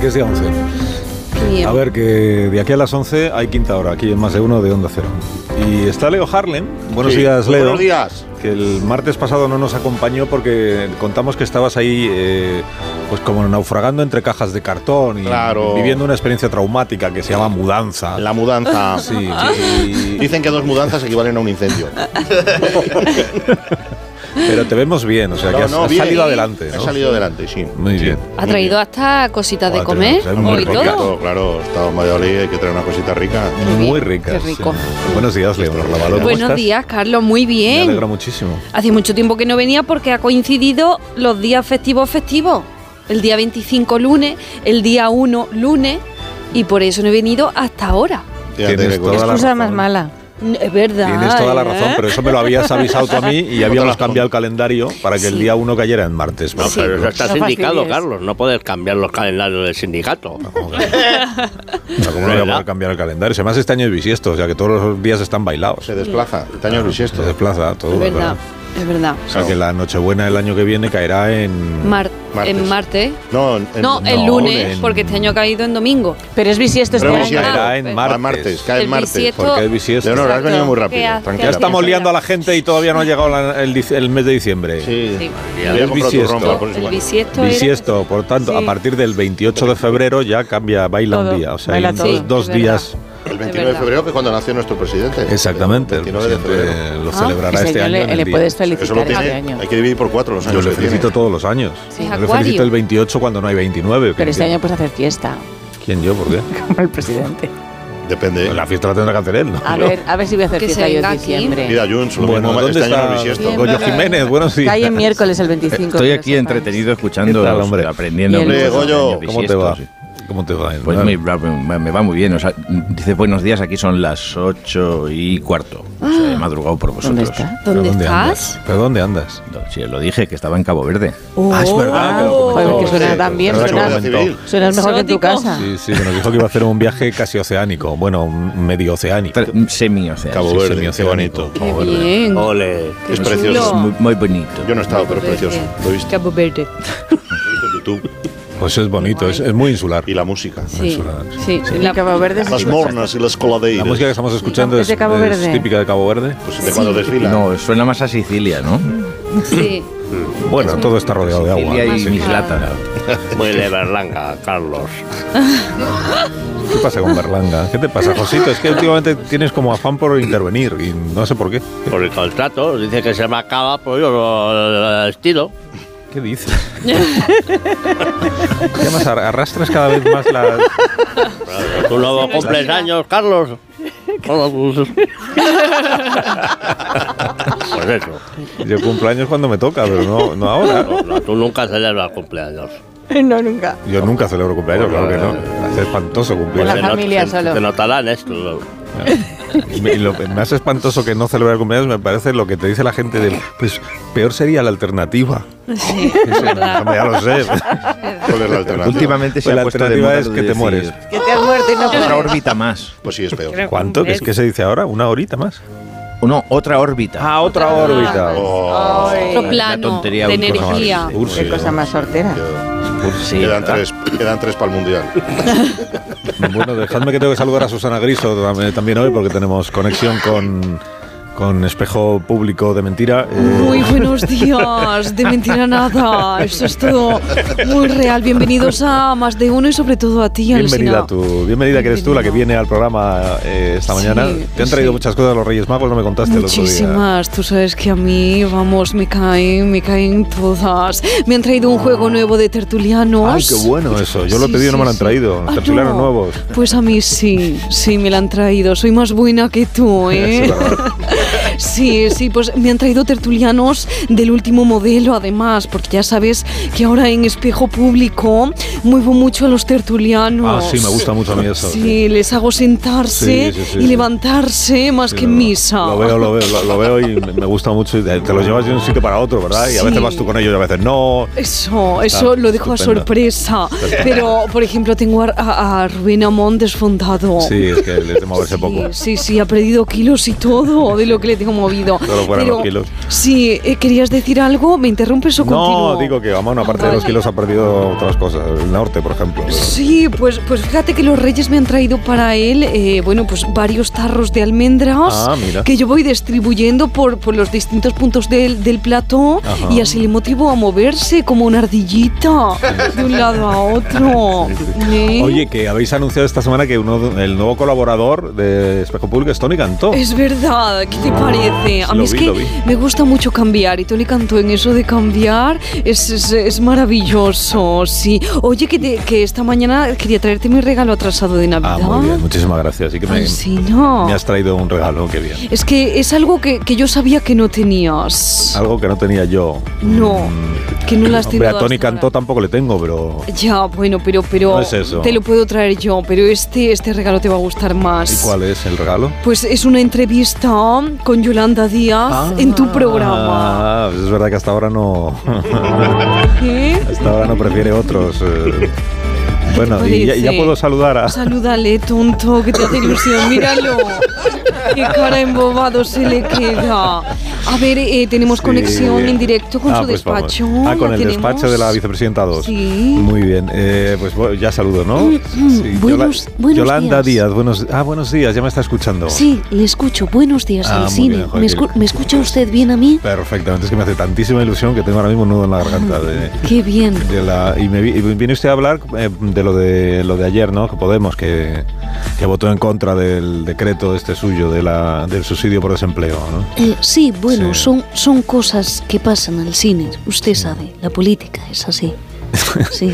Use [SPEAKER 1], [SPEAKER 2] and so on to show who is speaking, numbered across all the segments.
[SPEAKER 1] que sea 11.
[SPEAKER 2] Bien.
[SPEAKER 1] A ver, que de aquí a las 11 hay quinta hora, aquí en más de uno de Onda Cero. Y está Leo Harlem. Buenos
[SPEAKER 3] Sí,
[SPEAKER 1] días,
[SPEAKER 3] muy
[SPEAKER 1] Leo.
[SPEAKER 3] buenos días.
[SPEAKER 1] Que el martes pasado no nos acompañó porque contamos que estabas ahí, eh, pues como naufragando entre cajas de cartón y
[SPEAKER 3] Claro.
[SPEAKER 1] viviendo una experiencia traumática que se llama mudanza.
[SPEAKER 3] La Ah. mudanza.
[SPEAKER 1] Sí, y-
[SPEAKER 3] Dicen que dos mudanzas equivalen a un incendio.
[SPEAKER 1] pero te vemos bien, o sea, que has, has
[SPEAKER 3] bien.
[SPEAKER 1] salido adelante.
[SPEAKER 3] He
[SPEAKER 1] ¿no?
[SPEAKER 3] salido adelante, sí.
[SPEAKER 1] Muy
[SPEAKER 3] Sí.
[SPEAKER 1] bien.
[SPEAKER 2] ¿Ha
[SPEAKER 3] Muy
[SPEAKER 2] traído hasta cositas de
[SPEAKER 1] Ah,
[SPEAKER 2] comer?
[SPEAKER 1] tenemos,
[SPEAKER 3] Muy
[SPEAKER 2] Hoy
[SPEAKER 3] rico,
[SPEAKER 2] todo.
[SPEAKER 3] Claro, claro, estado en Valladolid, hay que traer una cosita rica.
[SPEAKER 2] Qué bien,
[SPEAKER 1] Muy ricas.
[SPEAKER 2] qué rico.
[SPEAKER 1] sí. Buenos días, Leo. Lavado, ¿cómo
[SPEAKER 2] Buenos
[SPEAKER 1] estás?
[SPEAKER 2] días, Carlos, muy
[SPEAKER 1] Me
[SPEAKER 2] bien.
[SPEAKER 1] alegro muchísimo.
[SPEAKER 2] Hace mucho tiempo que no venía porque ha coincidido los días festivos festivos. El día 25 lunes, el día 1 lunes, y por eso no he venido hasta ahora.
[SPEAKER 3] Fíjate
[SPEAKER 1] Tienes
[SPEAKER 3] qué cosa.
[SPEAKER 1] toda la
[SPEAKER 4] Excusa
[SPEAKER 1] razón.
[SPEAKER 4] más mala.
[SPEAKER 2] N- Es verdad.
[SPEAKER 1] Tienes toda la
[SPEAKER 2] ¿eh?
[SPEAKER 1] razón, pero eso me lo habías avisado tú a mí y habíamos
[SPEAKER 3] razón.
[SPEAKER 1] cambiado el calendario para que el
[SPEAKER 2] Sí.
[SPEAKER 1] día 1 cayera en martes. por
[SPEAKER 5] No,
[SPEAKER 2] Sí.
[SPEAKER 5] pero
[SPEAKER 1] ejemplo.
[SPEAKER 5] eso está
[SPEAKER 4] No
[SPEAKER 5] sindicado,
[SPEAKER 4] fastidies.
[SPEAKER 5] Carlos. No puedes cambiar los calendarios del sindicato.
[SPEAKER 1] ¿Cómo que no? O sea, ¿Cómo no voy a
[SPEAKER 5] ¿Verdad?
[SPEAKER 1] poder cambiar el calendario? Además, este año es bisiesto, o sea que todos los días están bailados.
[SPEAKER 3] Se desplaza. Este año es
[SPEAKER 1] Se
[SPEAKER 3] bisiesto.
[SPEAKER 1] desplaza todo.
[SPEAKER 2] Es
[SPEAKER 1] claro.
[SPEAKER 2] verdad, es verdad.
[SPEAKER 1] O sea que la Nochebuena del año que viene caerá en.
[SPEAKER 2] Mar-
[SPEAKER 3] Martes.
[SPEAKER 2] En martes.
[SPEAKER 3] No, en- en-
[SPEAKER 2] No, el
[SPEAKER 1] no,
[SPEAKER 2] lunes,
[SPEAKER 1] en-
[SPEAKER 2] porque este año ha caído en domingo.
[SPEAKER 4] Pero es bisiesto este
[SPEAKER 3] Pero
[SPEAKER 4] año.
[SPEAKER 3] bisiesto.
[SPEAKER 1] Caerá en
[SPEAKER 2] Ah,
[SPEAKER 3] Ah,
[SPEAKER 1] martes.
[SPEAKER 3] martes, cae el
[SPEAKER 2] El
[SPEAKER 3] martes.
[SPEAKER 2] bisiesto-
[SPEAKER 1] Porque es bisiesto.
[SPEAKER 3] Leonor, has
[SPEAKER 2] Exacto.
[SPEAKER 3] venido muy
[SPEAKER 2] ¿Qué
[SPEAKER 3] rápido.
[SPEAKER 2] hace?
[SPEAKER 3] Tranquila.
[SPEAKER 1] Ya estamos
[SPEAKER 2] Exacto.
[SPEAKER 1] liando a la gente y todavía no ha llegado la- el, dic- el mes de diciembre.
[SPEAKER 3] Sí.
[SPEAKER 2] Sí.
[SPEAKER 3] Ya
[SPEAKER 1] El
[SPEAKER 3] compro tu
[SPEAKER 1] bisiesto.
[SPEAKER 3] rompa, por eso
[SPEAKER 2] El
[SPEAKER 3] igual.
[SPEAKER 2] bisiesto, era-
[SPEAKER 1] Bisiesto, por tanto,
[SPEAKER 4] Sí.
[SPEAKER 1] a partir del 28 de febrero ya cambia, baila
[SPEAKER 4] Todo,
[SPEAKER 1] un día. O sea,
[SPEAKER 4] baila
[SPEAKER 1] hay
[SPEAKER 4] todo.
[SPEAKER 1] dos, dos
[SPEAKER 2] Sí, es
[SPEAKER 1] días.
[SPEAKER 3] El
[SPEAKER 2] Es
[SPEAKER 3] 29 de
[SPEAKER 2] verdad.
[SPEAKER 3] febrero, que es cuando nació nuestro presidente.
[SPEAKER 1] Exactamente,
[SPEAKER 3] El
[SPEAKER 1] el
[SPEAKER 3] 29 de febrero.
[SPEAKER 1] presidente lo
[SPEAKER 4] Ah,
[SPEAKER 1] celebrará
[SPEAKER 4] sí,
[SPEAKER 1] este
[SPEAKER 4] yo
[SPEAKER 1] año.
[SPEAKER 4] le-
[SPEAKER 1] en el
[SPEAKER 4] Le,
[SPEAKER 1] día.
[SPEAKER 4] puedes
[SPEAKER 3] Eso lo
[SPEAKER 4] felicitar este
[SPEAKER 3] tiene.
[SPEAKER 4] año.
[SPEAKER 3] Hay que dividir por cuatro los
[SPEAKER 1] Yo
[SPEAKER 3] años.
[SPEAKER 1] le
[SPEAKER 3] que tiene.
[SPEAKER 1] felicito todos los años.
[SPEAKER 2] Sí,
[SPEAKER 1] Yo le
[SPEAKER 2] Acuario.
[SPEAKER 1] felicito el 28 cuando no hay 29.
[SPEAKER 4] Pero este
[SPEAKER 1] ¿Quién-
[SPEAKER 4] año pues puedes hacer fiesta,
[SPEAKER 1] ¿Quién yo? ¿Por qué?
[SPEAKER 4] como el presidente.
[SPEAKER 3] Depende.
[SPEAKER 1] Pues la fiesta la tendrá que hacer él, ¿no?
[SPEAKER 4] A ver, a ver si voy a hacer
[SPEAKER 2] Que se
[SPEAKER 4] fiesta yo
[SPEAKER 2] venga
[SPEAKER 4] en
[SPEAKER 2] aquí.
[SPEAKER 4] diciembre.
[SPEAKER 3] Mira, Junts, lo
[SPEAKER 1] Bueno,
[SPEAKER 3] mismo,
[SPEAKER 1] ¿dónde
[SPEAKER 3] este año
[SPEAKER 1] está
[SPEAKER 3] no es bisiesto.
[SPEAKER 4] Bien,
[SPEAKER 1] Goyo
[SPEAKER 4] Goyo.
[SPEAKER 1] Jiménez? Buenos días.
[SPEAKER 4] Cae en miércoles el 25.
[SPEAKER 6] Estoy
[SPEAKER 4] que lo
[SPEAKER 6] aquí
[SPEAKER 4] sepáis.
[SPEAKER 6] entretenido escuchando,
[SPEAKER 1] ¿Qué tal, hombre?
[SPEAKER 6] aprendiendo.
[SPEAKER 4] Y el-
[SPEAKER 6] mucho sobre
[SPEAKER 3] Goyo,
[SPEAKER 6] años
[SPEAKER 1] ¿Cómo te va?
[SPEAKER 6] bisiestos, sí.
[SPEAKER 1] ¿Cómo te va?
[SPEAKER 6] Pues me, va- me va muy bien. O sea, dice buenos días, aquí son las 8 y cuarto. O sea, he madrugado por
[SPEAKER 4] Ah. ¿Dónde
[SPEAKER 6] vosotros.
[SPEAKER 4] está?
[SPEAKER 1] ¿Pero
[SPEAKER 2] ¿Dónde
[SPEAKER 1] andas?
[SPEAKER 2] estás?
[SPEAKER 1] ¿Pero dónde andas?
[SPEAKER 6] No, sí, lo dije, que estaba en Cabo Verde.
[SPEAKER 2] Oh,
[SPEAKER 4] Ah, es verdad.
[SPEAKER 1] que lo comentó.
[SPEAKER 4] Joder, que suena tan bien.
[SPEAKER 1] Es verdad que lo
[SPEAKER 4] Suena,
[SPEAKER 1] comentó.
[SPEAKER 3] civil.
[SPEAKER 4] suenas mejor que en tu
[SPEAKER 2] Exótico.
[SPEAKER 4] casa.
[SPEAKER 1] Sí, sí, que nos dijo que iba a hacer un viaje casi oceánico. Bueno, un medio oceánico.
[SPEAKER 6] Tre- Semi-oceano.
[SPEAKER 3] Cabo
[SPEAKER 1] sí,
[SPEAKER 3] Verde,
[SPEAKER 1] semioceánico.
[SPEAKER 3] qué
[SPEAKER 2] Qué
[SPEAKER 3] bonito.
[SPEAKER 2] bien.
[SPEAKER 5] ¿eh? Ole.
[SPEAKER 3] Es
[SPEAKER 2] chulo.
[SPEAKER 3] precioso.
[SPEAKER 6] Muy, muy bonito.
[SPEAKER 3] Yo no he estado, pero es precioso. Lo he visto
[SPEAKER 2] Cabo Verde.
[SPEAKER 3] en YouTube.
[SPEAKER 1] Pues es bonito, es, es muy insular.
[SPEAKER 3] Y la música.
[SPEAKER 2] Sí,
[SPEAKER 1] Chulada.
[SPEAKER 2] sí.
[SPEAKER 4] La
[SPEAKER 2] La-
[SPEAKER 4] Cabo Verde es
[SPEAKER 3] Las mornas y las coladeiras.
[SPEAKER 1] La música que estamos escuchando
[SPEAKER 4] ¿Es
[SPEAKER 1] es,
[SPEAKER 4] de Cabo
[SPEAKER 1] es
[SPEAKER 4] Verde?
[SPEAKER 1] típica de Cabo Verde.
[SPEAKER 3] Pues de cuando desfila.
[SPEAKER 6] No, suena más a Sicilia, ¿no?
[SPEAKER 2] sí.
[SPEAKER 1] Bueno, todo está rodeado de agua.
[SPEAKER 6] Sicilia y
[SPEAKER 1] sí.
[SPEAKER 6] mis latas.
[SPEAKER 5] Muy de Berlanga, Carlos.
[SPEAKER 1] ¿Qué pasa con Berlanga? ¿Qué te pasa, Josito? Es que últimamente tienes como afán por intervenir y no sé por qué.
[SPEAKER 5] Por el contrato, dice que se me acaba, pues yo lo estilo.
[SPEAKER 1] ¿Qué dices? Y Además, ar- arrastras cada vez más la...
[SPEAKER 5] Tu nuevo cumpleaños, Carlos. Hola, pues. Pues eso.
[SPEAKER 1] Yo cumpleaños cuando me toca, pero no, no ahora.
[SPEAKER 5] No, no, tú nunca celebras cumpleaños.
[SPEAKER 4] No, nunca.
[SPEAKER 1] Yo nunca celebro cumpleaños, claro que no. Es espantoso
[SPEAKER 4] Pues La
[SPEAKER 1] cumpleaños.
[SPEAKER 5] Te not-
[SPEAKER 4] familia
[SPEAKER 5] te-
[SPEAKER 4] solo.
[SPEAKER 5] Te notarán esto.
[SPEAKER 1] Y me- y lo más espantoso que no celebrar cumpleaños me parece lo que te dice la gente del... Pues peor sería la alternativa.
[SPEAKER 2] Sí,
[SPEAKER 1] Eso, ya lo sé.
[SPEAKER 3] ¿Cuál es la alternativa?
[SPEAKER 6] Últimamente se
[SPEAKER 1] Pues la
[SPEAKER 6] ha puesto de
[SPEAKER 1] alternativa
[SPEAKER 6] moda
[SPEAKER 1] es
[SPEAKER 6] lo
[SPEAKER 1] que
[SPEAKER 6] de
[SPEAKER 1] te
[SPEAKER 6] decir,
[SPEAKER 1] mueres.
[SPEAKER 4] Que te has muerto y no
[SPEAKER 6] Ah, Otra
[SPEAKER 4] puedes.
[SPEAKER 6] órbita más.
[SPEAKER 3] Pues sí, es peor.
[SPEAKER 1] ¿Cuánto? ¿Qué es que se dice ahora? Una horita más.
[SPEAKER 6] No, otra órbita. Ah,
[SPEAKER 1] Ah, otra órbita.
[SPEAKER 3] Oh, pues
[SPEAKER 2] Otro
[SPEAKER 4] Ay,
[SPEAKER 2] plano
[SPEAKER 6] tontería,
[SPEAKER 2] de
[SPEAKER 6] un cosa más.
[SPEAKER 2] energía.
[SPEAKER 1] Ursi,
[SPEAKER 4] Qué cosa más sortera.
[SPEAKER 6] Sí,
[SPEAKER 3] quedan,
[SPEAKER 6] ¿verdad?
[SPEAKER 3] tres, quedan tres para el mundial.
[SPEAKER 1] Bueno, dejadme que tengo que saludar a Susana Griso tam- también hoy porque tenemos conexión con, con Espejo Público de Mentira. Eh,
[SPEAKER 2] Muy buenos días, de mentira nada, eso es todo muy real. Bienvenidos a más de uno y sobre todo a ti,
[SPEAKER 1] bienvenida
[SPEAKER 2] Alsina.
[SPEAKER 1] tú, bienvenida que eres tú la que viene al programa eh, esta
[SPEAKER 2] Sí,
[SPEAKER 1] mañana. Te han traído
[SPEAKER 2] sí.
[SPEAKER 1] muchas cosas los Reyes Magos, no me contaste el otro día.
[SPEAKER 2] Muchísimas, tú sabes que a mí, vamos, me caen, me caen todas. Me han traído un juego nuevo de tertulianos.
[SPEAKER 1] Ay, Ah, qué bueno eso. Yo lo he
[SPEAKER 2] Sí,
[SPEAKER 1] pedido y no
[SPEAKER 2] sí,
[SPEAKER 1] me lo han
[SPEAKER 2] sí.
[SPEAKER 1] traído.
[SPEAKER 2] Ah,
[SPEAKER 1] Tertulianos
[SPEAKER 2] no.
[SPEAKER 1] nuevos.
[SPEAKER 2] Pues a mí sí, sí, me la han traído. Soy más buena que tú,
[SPEAKER 1] Es
[SPEAKER 2] ¿eh?
[SPEAKER 1] verdad.
[SPEAKER 2] Sí, sí, pues me han traído tertulianos del último modelo, además, porque ya sabes que ahora en espejo público muevo mucho a los
[SPEAKER 1] Ah,
[SPEAKER 2] tertulianos.
[SPEAKER 1] sí, me gusta mucho a mí eso.
[SPEAKER 2] Sí, les hago sentarse
[SPEAKER 1] Sí, sí, sí,
[SPEAKER 2] y
[SPEAKER 1] sí.
[SPEAKER 2] levantarse más
[SPEAKER 1] Sí,
[SPEAKER 2] que
[SPEAKER 1] lo-
[SPEAKER 2] en misa.
[SPEAKER 1] Lo veo, lo veo, lo, lo veo y me me gusta mucho. y Te te los llevas de un sitio para otro, ¿verdad? Y a veces
[SPEAKER 2] Sí. Eh,
[SPEAKER 1] vas tú con ellos y a veces no.
[SPEAKER 2] Eso,
[SPEAKER 1] Está
[SPEAKER 2] eso lo dejo
[SPEAKER 1] estupendo.
[SPEAKER 2] a sorpresa. Pero, por ejemplo, tengo a, a- a Rubén Amón desfondado.
[SPEAKER 1] Sí, es que les de moverse
[SPEAKER 2] Sí,
[SPEAKER 1] poco.
[SPEAKER 2] Sí, sí, ha perdido kilos y todo de lo que le
[SPEAKER 7] conmovido.
[SPEAKER 1] Solo fueran los kilos.
[SPEAKER 7] Sí, eh, ¿querías decir algo? ¿Me interrumpes o continúo?
[SPEAKER 1] No, digo que Amón, aparte de los kilos, ha perdido otras cosas. El norte, por ejemplo.
[SPEAKER 7] Sí, pues, pues fíjate que los reyes me han traído para él, eh, bueno, pues varios tarros de almendras
[SPEAKER 1] Ah, mira.
[SPEAKER 7] que yo voy distribuyendo por, por los distintos puntos del, del plató
[SPEAKER 1] Ajá.
[SPEAKER 7] y así le motivo a moverse como una ardillita de un lado a otro. ¿Eh?
[SPEAKER 1] Oye, que habéis anunciado esta semana que uno- el nuevo colaborador de Espejo Público es Tony Cantó.
[SPEAKER 7] Es verdad, ¿qué te parece? A
[SPEAKER 1] Lo
[SPEAKER 7] mí es
[SPEAKER 1] vi,
[SPEAKER 7] que
[SPEAKER 1] lo vi.
[SPEAKER 7] me gusta mucho cambiar y Tony Cantó en eso de cambiar es, es- es maravilloso, sí. Oye, que, te- que esta mañana quería traerte mi regalo atrasado de Navidad.
[SPEAKER 1] Ah, muy bien, muchísimas gracias. Así que me,
[SPEAKER 7] Ay, sí, no.
[SPEAKER 1] me has traído un regalo, qué bien.
[SPEAKER 7] Es que es algo que, que yo sabía que no tenías.
[SPEAKER 1] Algo que no tenía yo.
[SPEAKER 7] No,
[SPEAKER 1] Mm,
[SPEAKER 7] que no lo has
[SPEAKER 1] Hombre,
[SPEAKER 7] tenido
[SPEAKER 1] a Tony
[SPEAKER 7] hasta
[SPEAKER 1] Cantó
[SPEAKER 7] ahora.
[SPEAKER 1] tampoco le tengo, pero.
[SPEAKER 7] Ya, bueno, pero, pero
[SPEAKER 1] No es eso.
[SPEAKER 7] te lo puedo traer yo, pero este, este regalo te va a gustar más.
[SPEAKER 1] ¿Y cuál es el regalo?
[SPEAKER 7] Pues es una entrevista con Yolanda Díaz Ah, en tu programa.
[SPEAKER 1] Ah, pues es verdad que hasta ahora no.
[SPEAKER 7] ¿Eh?
[SPEAKER 1] hasta ahora no prefiere otros. eh. Bueno,
[SPEAKER 7] te
[SPEAKER 1] y ya, y ya
[SPEAKER 7] parece?
[SPEAKER 1] puedo saludar a.
[SPEAKER 7] Salúdale, tonto, que te hace ilusión. Míralo. Qué cara embobado se le queda. A ver, eh, tenemos
[SPEAKER 1] Sí.
[SPEAKER 7] conexión en directo con
[SPEAKER 1] Ah,
[SPEAKER 7] su
[SPEAKER 1] pues vamos.
[SPEAKER 7] despacho.
[SPEAKER 1] Ah, con
[SPEAKER 7] ¿La
[SPEAKER 1] el
[SPEAKER 7] tenemos?
[SPEAKER 1] despacho de la vicepresidenta 2.
[SPEAKER 7] Sí. Mm,
[SPEAKER 1] Muy bien. Eh, pues bueno, ya saludo, ¿no?
[SPEAKER 7] buenos-
[SPEAKER 1] Yola-
[SPEAKER 7] buenos
[SPEAKER 1] Yolanda
[SPEAKER 7] días.
[SPEAKER 1] Díaz, buenos, ah, buenos días, ya me está escuchando.
[SPEAKER 8] Sí, le escucho. Buenos días,
[SPEAKER 1] Ah, muy
[SPEAKER 8] Alsina.
[SPEAKER 1] bien, Joaquín.
[SPEAKER 8] ¿Me, escu- ¿Me escucha usted bien a mí?
[SPEAKER 1] Perfectamente, es que me hace tantísima ilusión que tengo ahora mismo un nudo en la garganta. De,
[SPEAKER 8] Qué bien.
[SPEAKER 1] de la, y, me vi- y viene usted a hablar eh, de lo de lo de ayer, ¿no? Que Podemos, que, que votó en contra del decreto este suyo, de la, del subsidio por desempleo, ¿no?
[SPEAKER 8] Eh, sí, bueno,
[SPEAKER 1] Sí.
[SPEAKER 8] Son, son cosas que pasan al cine. Usted sabe, la política es así. Sí.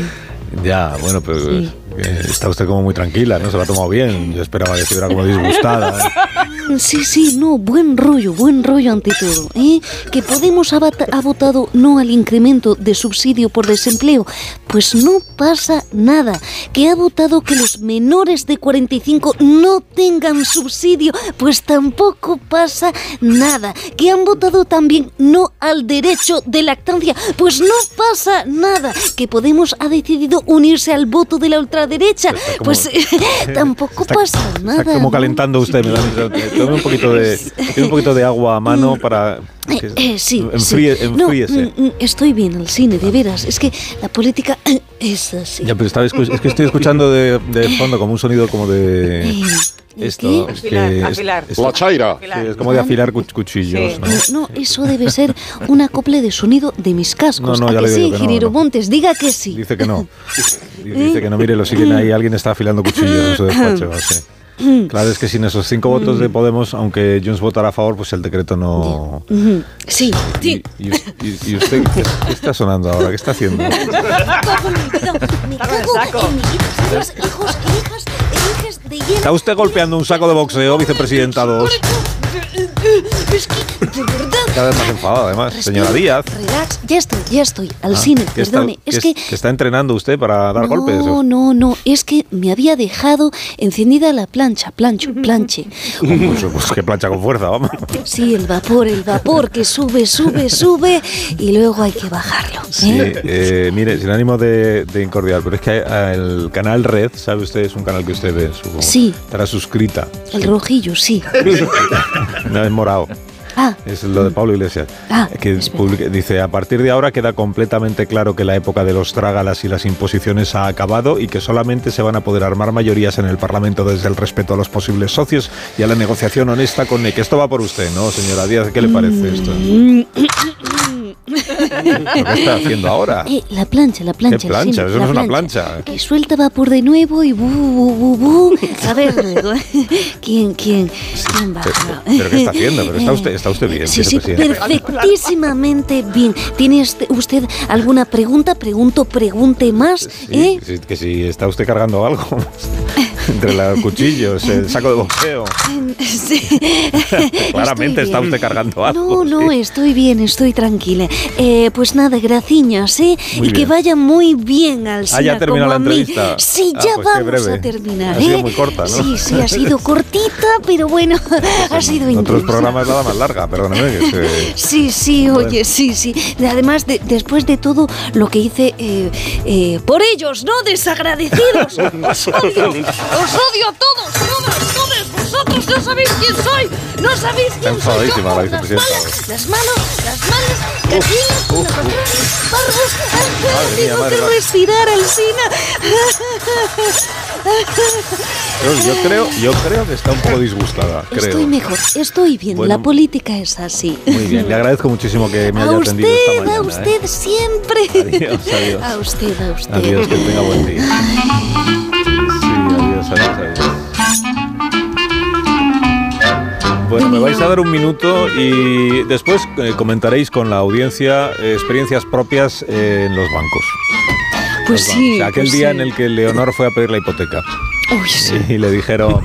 [SPEAKER 1] Ya, bueno, pero
[SPEAKER 8] Sí.
[SPEAKER 1] eh, está usted como muy tranquila, ¿no? Se lo ha tomado bien. Yo esperaba que estuviera como disgustada.
[SPEAKER 8] Mm, Sí, sí, no, buen rollo, buen rollo ante todo. ¿eh? Que Podemos ha, vata- ha votado no al incremento de subsidio por desempleo, pues no pasa nada. Que ha votado que los menores de 45 no tengan subsidio, pues tampoco pasa nada. Que han votado también no al derecho de lactancia, pues no pasa nada. Que Podemos ha decidido unirse al voto de la ultraderecha,
[SPEAKER 1] Está como-
[SPEAKER 8] pues tampoco
[SPEAKER 1] Está-
[SPEAKER 8] pasa nada.
[SPEAKER 1] Está como
[SPEAKER 8] ¿no?
[SPEAKER 1] calentando usted, me da la sensación. Eh, Tome un poquito de, tiene un poquito de agua a mano para
[SPEAKER 8] Eh,
[SPEAKER 1] que
[SPEAKER 8] eh, sí,
[SPEAKER 1] enfríe-
[SPEAKER 8] sí. No,
[SPEAKER 1] enfríese. Ah.
[SPEAKER 8] mm, mm, estoy bien al cine, de veras. Es que la política eh, es así.
[SPEAKER 1] Ya, pero estaba escu- es que estoy escuchando de, de fondo como un sonido como de
[SPEAKER 8] Eh, ¿y
[SPEAKER 1] esto.
[SPEAKER 8] qué?
[SPEAKER 1] que
[SPEAKER 9] Afilar,
[SPEAKER 1] es-
[SPEAKER 9] afilar.
[SPEAKER 1] es-
[SPEAKER 10] La chaira.
[SPEAKER 1] sí, es como de afilar cuch- cuchillos,
[SPEAKER 9] Sí.
[SPEAKER 1] ¿no?
[SPEAKER 8] No, no, eso debe ser un acople de sonido de mis cascos.
[SPEAKER 1] No, no,
[SPEAKER 8] ¿A
[SPEAKER 1] ya
[SPEAKER 8] que
[SPEAKER 1] le digo
[SPEAKER 8] sí,
[SPEAKER 1] que no,
[SPEAKER 8] Giro
[SPEAKER 1] no.
[SPEAKER 8] Montes? Diga que sí.
[SPEAKER 1] Dice que no. Dice que no, mire, lo siguen ahí, alguien está afilando cuchillos en su despacho. sí. Claro, es que sin esos cinco votos
[SPEAKER 8] Mm.
[SPEAKER 1] de Podemos, aunque Junts votara a favor, pues el decreto no...
[SPEAKER 8] Ujú, Sí.
[SPEAKER 1] Y, y- y- y usted, ¿qué, qué está sonando ahora? ¿Qué está haciendo?
[SPEAKER 8] Me cago en mi vida. Señores, hijos e hijas, e hijas de
[SPEAKER 1] ¿Está
[SPEAKER 8] hielo.
[SPEAKER 1] usted golpeando un saco de boxeo, vicepresidenta 2?
[SPEAKER 8] Es que, de verdad.
[SPEAKER 1] Cada vez más enfadada, además.
[SPEAKER 8] Respira,
[SPEAKER 1] Señora Díaz.
[SPEAKER 8] Relax, ya estoy, ya estoy, al cine,
[SPEAKER 1] Ah, que está-
[SPEAKER 8] perdone. es
[SPEAKER 1] que
[SPEAKER 8] que
[SPEAKER 1] es- que está entrenando usted para dar
[SPEAKER 8] no,
[SPEAKER 1] golpes. ¿o?
[SPEAKER 8] No, no, es que me había dejado encendida la plancha, plancho, planche.
[SPEAKER 1] Pues, pues que plancha con fuerza, vamos.
[SPEAKER 8] Sí, el vapor, el vapor que sube, sube, sube y luego hay que bajarlo. ¿eh?
[SPEAKER 1] Sí, eh, mire, sin ánimo de, de incordiar, pero es que eh, el canal Red, ¿sabe usted? Es un canal que usted ve, supongo.
[SPEAKER 8] Sí.
[SPEAKER 1] Estará suscrita.
[SPEAKER 8] El rojillo, sí.
[SPEAKER 1] No es morado.
[SPEAKER 8] Ah,
[SPEAKER 1] Es lo de Pablo Iglesias.
[SPEAKER 8] Ah,
[SPEAKER 1] que
[SPEAKER 8] es verdad.
[SPEAKER 1] publica- dice, a partir de ahora queda completamente claro que la época de los trágalas y las imposiciones ha acabado y que solamente se van a poder armar mayorías en el Parlamento desde el respeto a los posibles socios y a la negociación honesta con el que esto va por usted, ¿no, señora Díaz? ¿Qué le parece esto?
[SPEAKER 8] Mm.
[SPEAKER 1] ¿Qué está haciendo ahora?
[SPEAKER 8] eh, la plancha, la plancha.
[SPEAKER 1] ¿Qué
[SPEAKER 8] el
[SPEAKER 1] plancha?
[SPEAKER 8] cine,
[SPEAKER 1] Eso no
[SPEAKER 8] la
[SPEAKER 1] es una plancha.
[SPEAKER 8] Que suelta vapor de nuevo y bu, bu, bu, bu. A ver luego, ¿quién, quién, quién baja?
[SPEAKER 1] pero- pero ¿qué está haciendo? Pero está usted- está usted bien,
[SPEAKER 8] Sí, sí,
[SPEAKER 1] vicepresidente.
[SPEAKER 8] perfectísimamente bien. ¿Tiene este- usted alguna pregunta? Pregunto, pregunte más,
[SPEAKER 1] Sí,
[SPEAKER 8] ¿eh?
[SPEAKER 1] sí, que si está usted cargando algo entre los cuchillos, el saco de boxeo.
[SPEAKER 8] Sí.
[SPEAKER 1] Claramente
[SPEAKER 8] Estoy
[SPEAKER 1] está
[SPEAKER 8] bien.
[SPEAKER 1] usted cargando
[SPEAKER 8] No,
[SPEAKER 1] algo.
[SPEAKER 8] no,
[SPEAKER 1] sí.
[SPEAKER 8] estoy bien, estoy tranquila. Eh, pues nada, graciñas, ¿eh?
[SPEAKER 1] Muy
[SPEAKER 8] y que
[SPEAKER 1] bien.
[SPEAKER 8] vaya muy bien al
[SPEAKER 1] Ah, ya terminó
[SPEAKER 8] como
[SPEAKER 1] la
[SPEAKER 8] a mí.
[SPEAKER 1] entrevista.
[SPEAKER 8] Sí,
[SPEAKER 1] Ah,
[SPEAKER 8] ya
[SPEAKER 1] pues qué
[SPEAKER 8] vamos
[SPEAKER 1] breve.
[SPEAKER 8] a terminar,
[SPEAKER 1] Ha sido
[SPEAKER 8] ¿eh?
[SPEAKER 1] muy corta, ¿no?
[SPEAKER 8] Sí, sí, ha sido cortita, pero bueno, ha sido
[SPEAKER 1] En otros
[SPEAKER 8] intensa.
[SPEAKER 1] programas nada más larga, perdóname. que se-
[SPEAKER 8] Sí, sí,
[SPEAKER 1] Bueno.
[SPEAKER 8] oye, sí, sí. Además, de- después de todo lo que hice eh, eh, por ellos, ¿no? Desagradecidos. Os odio, os odio a todos, todas, todos, vosotros.
[SPEAKER 2] vosotros no sabéis quién soy, no sabéis
[SPEAKER 11] Está
[SPEAKER 2] quién soy. Yo,
[SPEAKER 11] enfadadísima
[SPEAKER 2] las
[SPEAKER 11] la
[SPEAKER 2] malas,
[SPEAKER 11] vicepresidenta.
[SPEAKER 2] las malas, las malas, casillas, los barbos,
[SPEAKER 11] Madre mía,
[SPEAKER 8] Tengo
[SPEAKER 11] madre
[SPEAKER 8] que
[SPEAKER 11] mía.
[SPEAKER 8] respirar, Alsina.
[SPEAKER 11] Yo- Yo creo, yo creo que está un poco disgustada,
[SPEAKER 8] Estoy
[SPEAKER 11] creo.
[SPEAKER 8] mejor, estoy bien.
[SPEAKER 1] Bueno.
[SPEAKER 8] La política es así.
[SPEAKER 1] Muy bien, le agradezco muchísimo que me
[SPEAKER 8] A
[SPEAKER 1] haya atendido esta
[SPEAKER 8] usted,
[SPEAKER 1] mañana.
[SPEAKER 8] a
[SPEAKER 1] ¿eh?
[SPEAKER 8] usted siempre.
[SPEAKER 1] Adiós, adiós.
[SPEAKER 8] A usted, a usted.
[SPEAKER 1] Adiós, que tenga buen día. Sí, adiós, adiós, adiós. Bueno, me vais a dar un minuto y después eh, comentaréis con la audiencia eh, experiencias propias eh, en los bancos.
[SPEAKER 2] Pues
[SPEAKER 1] Los bancos.
[SPEAKER 2] sí.
[SPEAKER 1] aquel
[SPEAKER 2] pues
[SPEAKER 1] día
[SPEAKER 2] sí.
[SPEAKER 1] en el que Leonor fue a pedir la hipoteca
[SPEAKER 2] Uy, sí.
[SPEAKER 1] y le dijeron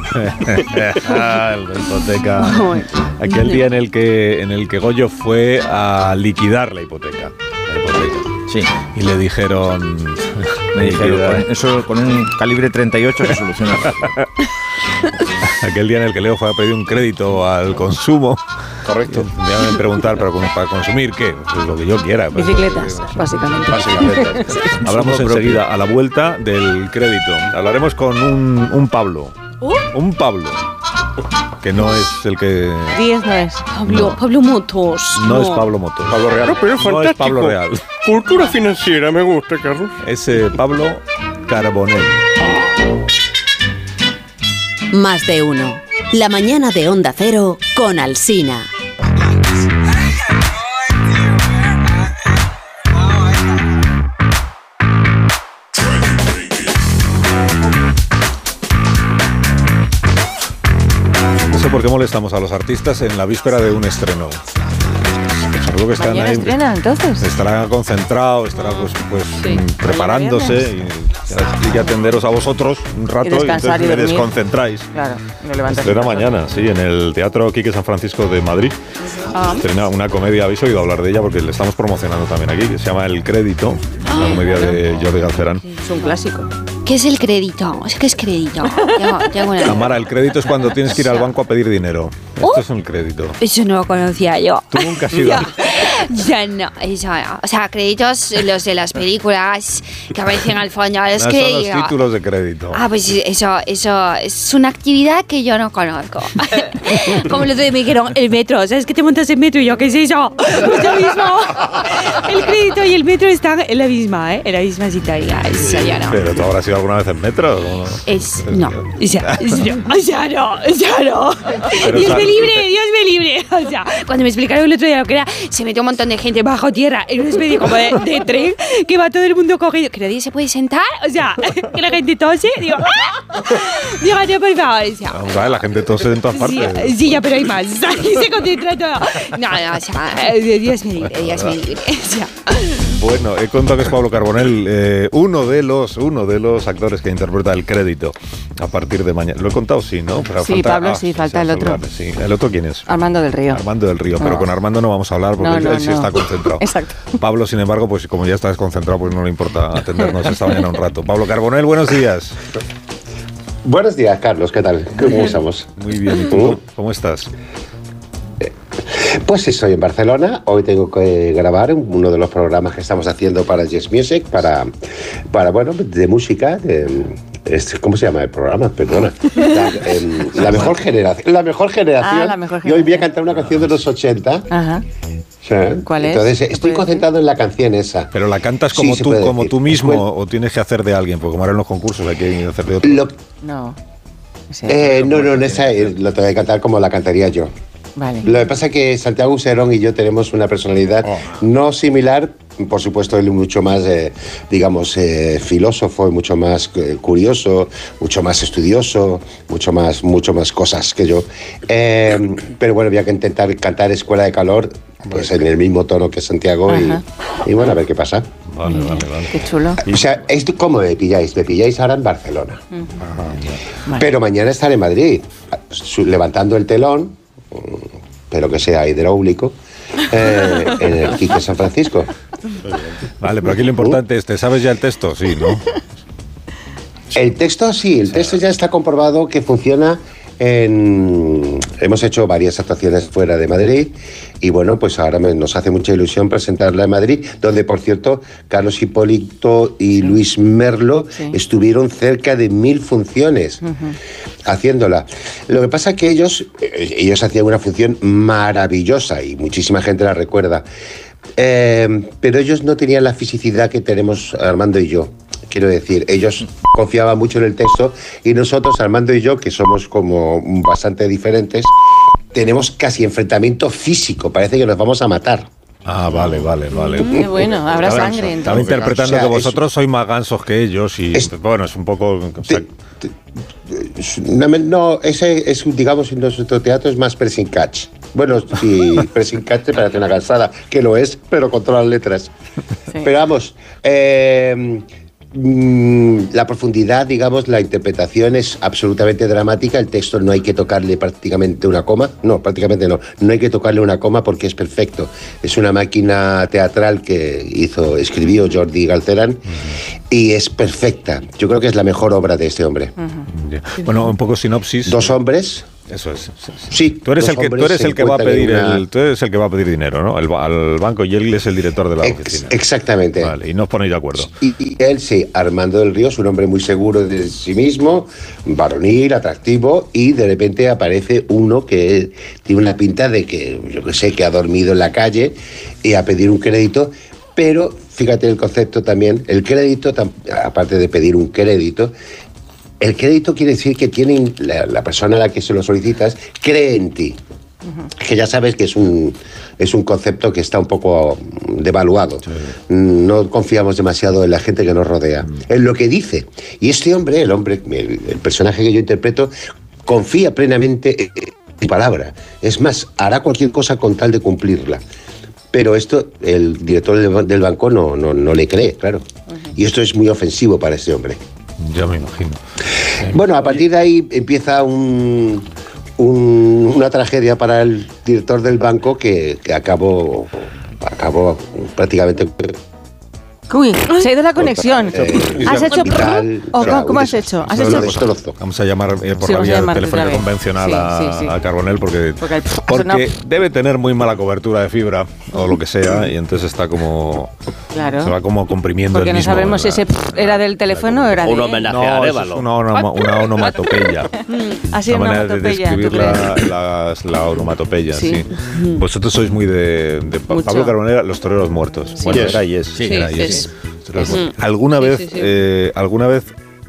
[SPEAKER 1] "Ah, la hipoteca.
[SPEAKER 4] Ay.
[SPEAKER 1] Aquel día en el que en el que Goyo fue a liquidar la hipoteca. La hipoteca.
[SPEAKER 6] Sí,
[SPEAKER 1] Y le dijeron.
[SPEAKER 6] me dijeron,
[SPEAKER 1] liquidar.
[SPEAKER 6] con- eso con un calibre 38 se soluciona.
[SPEAKER 1] eh, Aquel día en el que Leo fue a pedir un crédito al consumo. eh,
[SPEAKER 11] Correcto.
[SPEAKER 1] Me van a preguntar, ¿pero con- para consumir qué? Pues lo que yo quiera. Pues,
[SPEAKER 4] Bicicletas, básicamente.
[SPEAKER 11] Básicamente.
[SPEAKER 1] Hablamos
[SPEAKER 6] Consumo
[SPEAKER 1] enseguida a la vuelta del crédito. Hablaremos con un, un Pablo. Un Pablo. Que no es el que.
[SPEAKER 4] 10 no es.
[SPEAKER 2] Pablo,
[SPEAKER 1] No.
[SPEAKER 2] Pablo Motos.
[SPEAKER 1] No, es Pablo Motos.
[SPEAKER 11] Pablo Real.
[SPEAKER 7] pero
[SPEAKER 1] No es Pablo Real.
[SPEAKER 7] Cultura financiera me gusta, Carlos.
[SPEAKER 1] Es eh, Pablo Carbonell.
[SPEAKER 12] Más de uno. La mañana de Onda Cero con Alsina.
[SPEAKER 1] No sé por qué molestamos a los artistas en la víspera de un estreno. Seguro que están
[SPEAKER 4] Mañana
[SPEAKER 1] ahí. pues,
[SPEAKER 4] estrena, entonces.
[SPEAKER 1] Estará concentrado, estará pues, pues,
[SPEAKER 4] Sí.
[SPEAKER 1] mm, preparándose y, y atenderos a vosotros un rato y,
[SPEAKER 4] descansar
[SPEAKER 1] entonces
[SPEAKER 4] y
[SPEAKER 1] me
[SPEAKER 4] dormir.
[SPEAKER 1] desconcentráis.
[SPEAKER 4] Claro, no levantas.
[SPEAKER 1] Estrena mañana, sí, en el Teatro Quique San Francisco de Madrid.
[SPEAKER 4] Ah.
[SPEAKER 1] Estrena una comedia, habéis oído hablar de ella porque le estamos promocionando también aquí, que se llama El Crédito,
[SPEAKER 4] Ah.
[SPEAKER 1] una comedia de Jordi Galcerán.
[SPEAKER 4] Es un clásico.
[SPEAKER 2] ¿Qué es el crédito? Es que es crédito.
[SPEAKER 1] Amara, el crédito es cuando tienes que ir al banco a pedir dinero. Esto
[SPEAKER 4] Oh.
[SPEAKER 1] es un crédito.
[SPEAKER 2] Eso no lo conocía yo.
[SPEAKER 1] Tú nunca has ido.
[SPEAKER 2] Ya no, eso no. O sea, créditos los de las películas que aparecen al fondo. Es
[SPEAKER 1] No, son los
[SPEAKER 2] crédito.
[SPEAKER 1] títulos de crédito.
[SPEAKER 2] Ah, pues sí, eso, eso es una actividad que yo no conozco. Como los de me dijeron, el metro, ¿sabes que te montas en metro? Y yo, ¿qué es eso? Pues lo mismo. El crédito y el metro están en la misma, ¿eh? En la misma citaría. Eso yo no.
[SPEAKER 1] Pero tú habrás ido alguna vez en metro. ¿o no?
[SPEAKER 4] Eh,
[SPEAKER 2] Es, no, o sea, es- no, o sea, no, o sea, no.
[SPEAKER 1] Pero,
[SPEAKER 2] Dios
[SPEAKER 1] o sea,
[SPEAKER 2] me libre, Dios me libre. O sea, cuando me explicaron el otro día lo que era, se metió un montón de gente bajo tierra en una especie como de, de tren que va todo el mundo cogido, que nadie se puede sentar, o sea, que la gente tose, digo, ¡ah! Digo, no, por favor, o sea,
[SPEAKER 1] Vamos a ver, la gente tose en todas partes.
[SPEAKER 2] Sí, sí, ya, pero hay más. Aquí se concentra todo. No, no, o sea, eh, Dios me libre, Dios me libre. O sea,
[SPEAKER 1] Bueno, he contado que es Pablo Carbonell, eh, uno de los uno de los actores que interpreta el crédito a partir de mañana. Lo he contado, sí, ¿no? Pero ah,
[SPEAKER 4] Sí, Pablo, sí, falta el otro.
[SPEAKER 1] Sí, el otro quién es?
[SPEAKER 4] Armando del Río.
[SPEAKER 1] Armando del Río, pero
[SPEAKER 4] No.
[SPEAKER 1] con Armando no vamos a hablar porque
[SPEAKER 4] No,
[SPEAKER 1] él
[SPEAKER 4] no,
[SPEAKER 1] sí
[SPEAKER 4] no.
[SPEAKER 1] está concentrado.
[SPEAKER 4] Exacto.
[SPEAKER 1] Pablo, sin embargo, pues como ya está desconcentrado, pues no le importa atendernos esta mañana un rato. Pablo Carbonell, buenos días.
[SPEAKER 3] Buenos días, Carlos, ¿qué tal? ¿Cómo estamos?
[SPEAKER 1] Muy bien, ¿y tú? ¿Cómo estás?
[SPEAKER 3] Pues estoy en Barcelona, hoy tengo que grabar uno de los programas que estamos haciendo para Jazz Music, para, para bueno, de música, de, es- ¿cómo se llama el programa? Perdona. La, em, la mejor generación. La mejor generación.
[SPEAKER 4] Ah, la mejor
[SPEAKER 3] Y hoy voy a
[SPEAKER 4] generación.
[SPEAKER 3] cantar una canción de los 80.
[SPEAKER 4] Ajá.
[SPEAKER 3] Sí.
[SPEAKER 4] ¿Cuál es?
[SPEAKER 3] Entonces,
[SPEAKER 4] ¿Se puede
[SPEAKER 3] estoy
[SPEAKER 4] decir?
[SPEAKER 3] concentrado en la canción esa.
[SPEAKER 1] Pero la cantas
[SPEAKER 3] Sí,
[SPEAKER 1] como
[SPEAKER 3] se
[SPEAKER 1] tú,
[SPEAKER 3] puede
[SPEAKER 1] como
[SPEAKER 3] decir.
[SPEAKER 1] tú mismo,
[SPEAKER 3] Bueno.
[SPEAKER 1] o tienes que hacer de alguien, porque como ahora en los concursos hay que hacer de otro.
[SPEAKER 4] Eh,
[SPEAKER 3] Lo-
[SPEAKER 4] No. Sí.
[SPEAKER 3] eh, no, no, en esa eh, lo tengo que cantar como la cantaría yo.
[SPEAKER 4] vale.
[SPEAKER 3] Lo que pasa es que Santiago Userón y yo tenemos una personalidad no similar, por supuesto, él mucho más, eh, digamos, eh, filósofo, y mucho más eh, curioso, mucho más estudioso, mucho más, mucho más cosas que yo. Eh, pero bueno, voy a intentar cantar Escuela de Calor pues, en el mismo tono que Santiago
[SPEAKER 4] Ajá.
[SPEAKER 3] y, y bueno, a ver qué pasa.
[SPEAKER 1] Vale, vale, vale.
[SPEAKER 4] Qué chulo.
[SPEAKER 3] O sea, es ¿cómo me pilláis? Me pilláis ahora en Barcelona. Pero mañana estaré en Madrid, su- levantando el telón, mm, pero que sea hidráulico, eh, en el Quique San Francisco.
[SPEAKER 1] Vale, pero aquí
[SPEAKER 3] Uh.
[SPEAKER 1] lo importante es, ¿te sabes ya el texto? Sí, ¿no?
[SPEAKER 3] El texto sí, el texto ya está comprobado que funciona en- hemos hecho varias actuaciones fuera de Madrid y bueno, pues ahora me- nos hace mucha ilusión presentarla en Madrid, donde por cierto Carlos Hipólito y Luis Merlo estuvieron cerca de mil funciones haciéndola. Lo que pasa es que ellos, eh, ellos hacían una función maravillosa y muchísima gente la recuerda. Eh, pero ellos no tenían la fisicidad que tenemos Armando y yo. Quiero decir, ellos confiaban mucho en el texto y nosotros, Armando y yo, que somos como bastante diferentes, tenemos casi enfrentamiento físico. Parece que nos vamos a matar.
[SPEAKER 1] Ah, vale, vale, vale.
[SPEAKER 4] Qué bueno, habrá
[SPEAKER 1] Estaba-
[SPEAKER 4] sangre,
[SPEAKER 1] Estaba
[SPEAKER 4] entonces.
[SPEAKER 1] interpretando
[SPEAKER 3] O sea,
[SPEAKER 1] que vosotros sois más gansos que ellos y bueno, es un poco... o sea,
[SPEAKER 3] No, me- no, ese es, digamos, en nuestro teatro es más pressing catch. Bueno, sí, pressing catch te parece una cansada, que lo es, pero con todas las letras. Pero vamos, eh, mm, la profundidad, digamos, la interpretación es absolutamente dramática. El texto no hay que tocarle prácticamente una coma. No, prácticamente no. No hay que tocarle una coma porque es perfecto. Es una máquina teatral que hizo, escribió Jordi Galcerán y es perfecta. Yo creo que es la mejor obra de este hombre.
[SPEAKER 1] ya. Bueno, un poco sinopsis.
[SPEAKER 3] Dos hombres.
[SPEAKER 1] Eso es. sí, sí.
[SPEAKER 3] Sí.
[SPEAKER 1] Tú eres,
[SPEAKER 3] dos
[SPEAKER 1] el que, tú
[SPEAKER 3] hombres
[SPEAKER 1] eres
[SPEAKER 3] se
[SPEAKER 1] el que va a
[SPEAKER 3] encuentran en
[SPEAKER 1] pedir
[SPEAKER 3] una-
[SPEAKER 1] el, tú eres el que va a pedir dinero, ¿no? El ba- al banco y él es el director de la
[SPEAKER 3] Ex-
[SPEAKER 1] oficina.
[SPEAKER 3] Exactamente.
[SPEAKER 1] Vale, y no os ponéis de acuerdo.
[SPEAKER 3] Y, y él, sí, Armando del Río es un hombre muy seguro de sí mismo, varonil, atractivo, y de repente aparece uno que tiene una pinta de que, yo qué sé, que ha dormido en la calle y a pedir un crédito, pero fíjate el concepto también, el crédito, tam- aparte de pedir un crédito, el crédito quiere decir que tienen la, la persona a la que se lo solicitas cree en ti. Que ya sabes que es un, es un concepto que está un poco mm, devaluado. Mm, No confiamos demasiado en la gente que nos rodea, en lo que dice. Y este hombre, el hombre, el, el personaje que yo interpreto, confía plenamente en su palabra. Es más, hará cualquier cosa con tal de cumplirla. Pero esto, el director del, ba- del banco no, no, no le cree, claro. Y esto es muy ofensivo para este hombre.
[SPEAKER 1] Ya me imagino.
[SPEAKER 3] Bueno, a partir de ahí empieza un- un- una tragedia para el director del banco que, que acabó, acabó prácticamente.
[SPEAKER 4] Uy, se ha ido la conexión.
[SPEAKER 3] Eh,
[SPEAKER 4] ¿Has hecho
[SPEAKER 3] vital,
[SPEAKER 4] o
[SPEAKER 3] o sea,
[SPEAKER 4] cómo- cómo
[SPEAKER 3] un
[SPEAKER 4] has hecho? ¿Has
[SPEAKER 3] No,
[SPEAKER 4] hecho?
[SPEAKER 3] no, destrozo.
[SPEAKER 1] Vamos a llamar eh, por la
[SPEAKER 4] Sí, vamos a
[SPEAKER 1] vía
[SPEAKER 4] llamar
[SPEAKER 1] telefónica
[SPEAKER 4] otra vez.
[SPEAKER 1] convencional
[SPEAKER 4] Sí,
[SPEAKER 1] a,
[SPEAKER 4] sí, sí.
[SPEAKER 1] a Carbonell porque,
[SPEAKER 4] Porque el- ha sonado-
[SPEAKER 1] porque debe tener muy mala cobertura de fibra o lo que sea y entonces está como
[SPEAKER 4] Claro.
[SPEAKER 1] se va como comprimiendo
[SPEAKER 4] Porque
[SPEAKER 1] el
[SPEAKER 4] no
[SPEAKER 1] mismo.
[SPEAKER 4] sabemos si
[SPEAKER 1] en la-
[SPEAKER 4] ese era del teléfono o era de.
[SPEAKER 13] Un
[SPEAKER 4] él.
[SPEAKER 13] homenaje a
[SPEAKER 1] no, eso es
[SPEAKER 13] Arevalo.
[SPEAKER 1] una, onoma- una onomatopeya.
[SPEAKER 4] Ha sido
[SPEAKER 1] una
[SPEAKER 4] una
[SPEAKER 1] manera de
[SPEAKER 4] onomatopeya,
[SPEAKER 1] describir
[SPEAKER 4] ¿tú
[SPEAKER 1] la,
[SPEAKER 4] crees?
[SPEAKER 1] la, la onomatopeya, sí.
[SPEAKER 4] Sí.
[SPEAKER 1] Vosotros sois muy de, de Pa-
[SPEAKER 4] Mucho.
[SPEAKER 1] Pablo Carbonera, los toreros muertos. Bueno, era yes. era
[SPEAKER 4] Sí,
[SPEAKER 1] yes.
[SPEAKER 4] sí.
[SPEAKER 1] Toreros muertos. ¿Alguna, vez, eh, ¿Alguna vez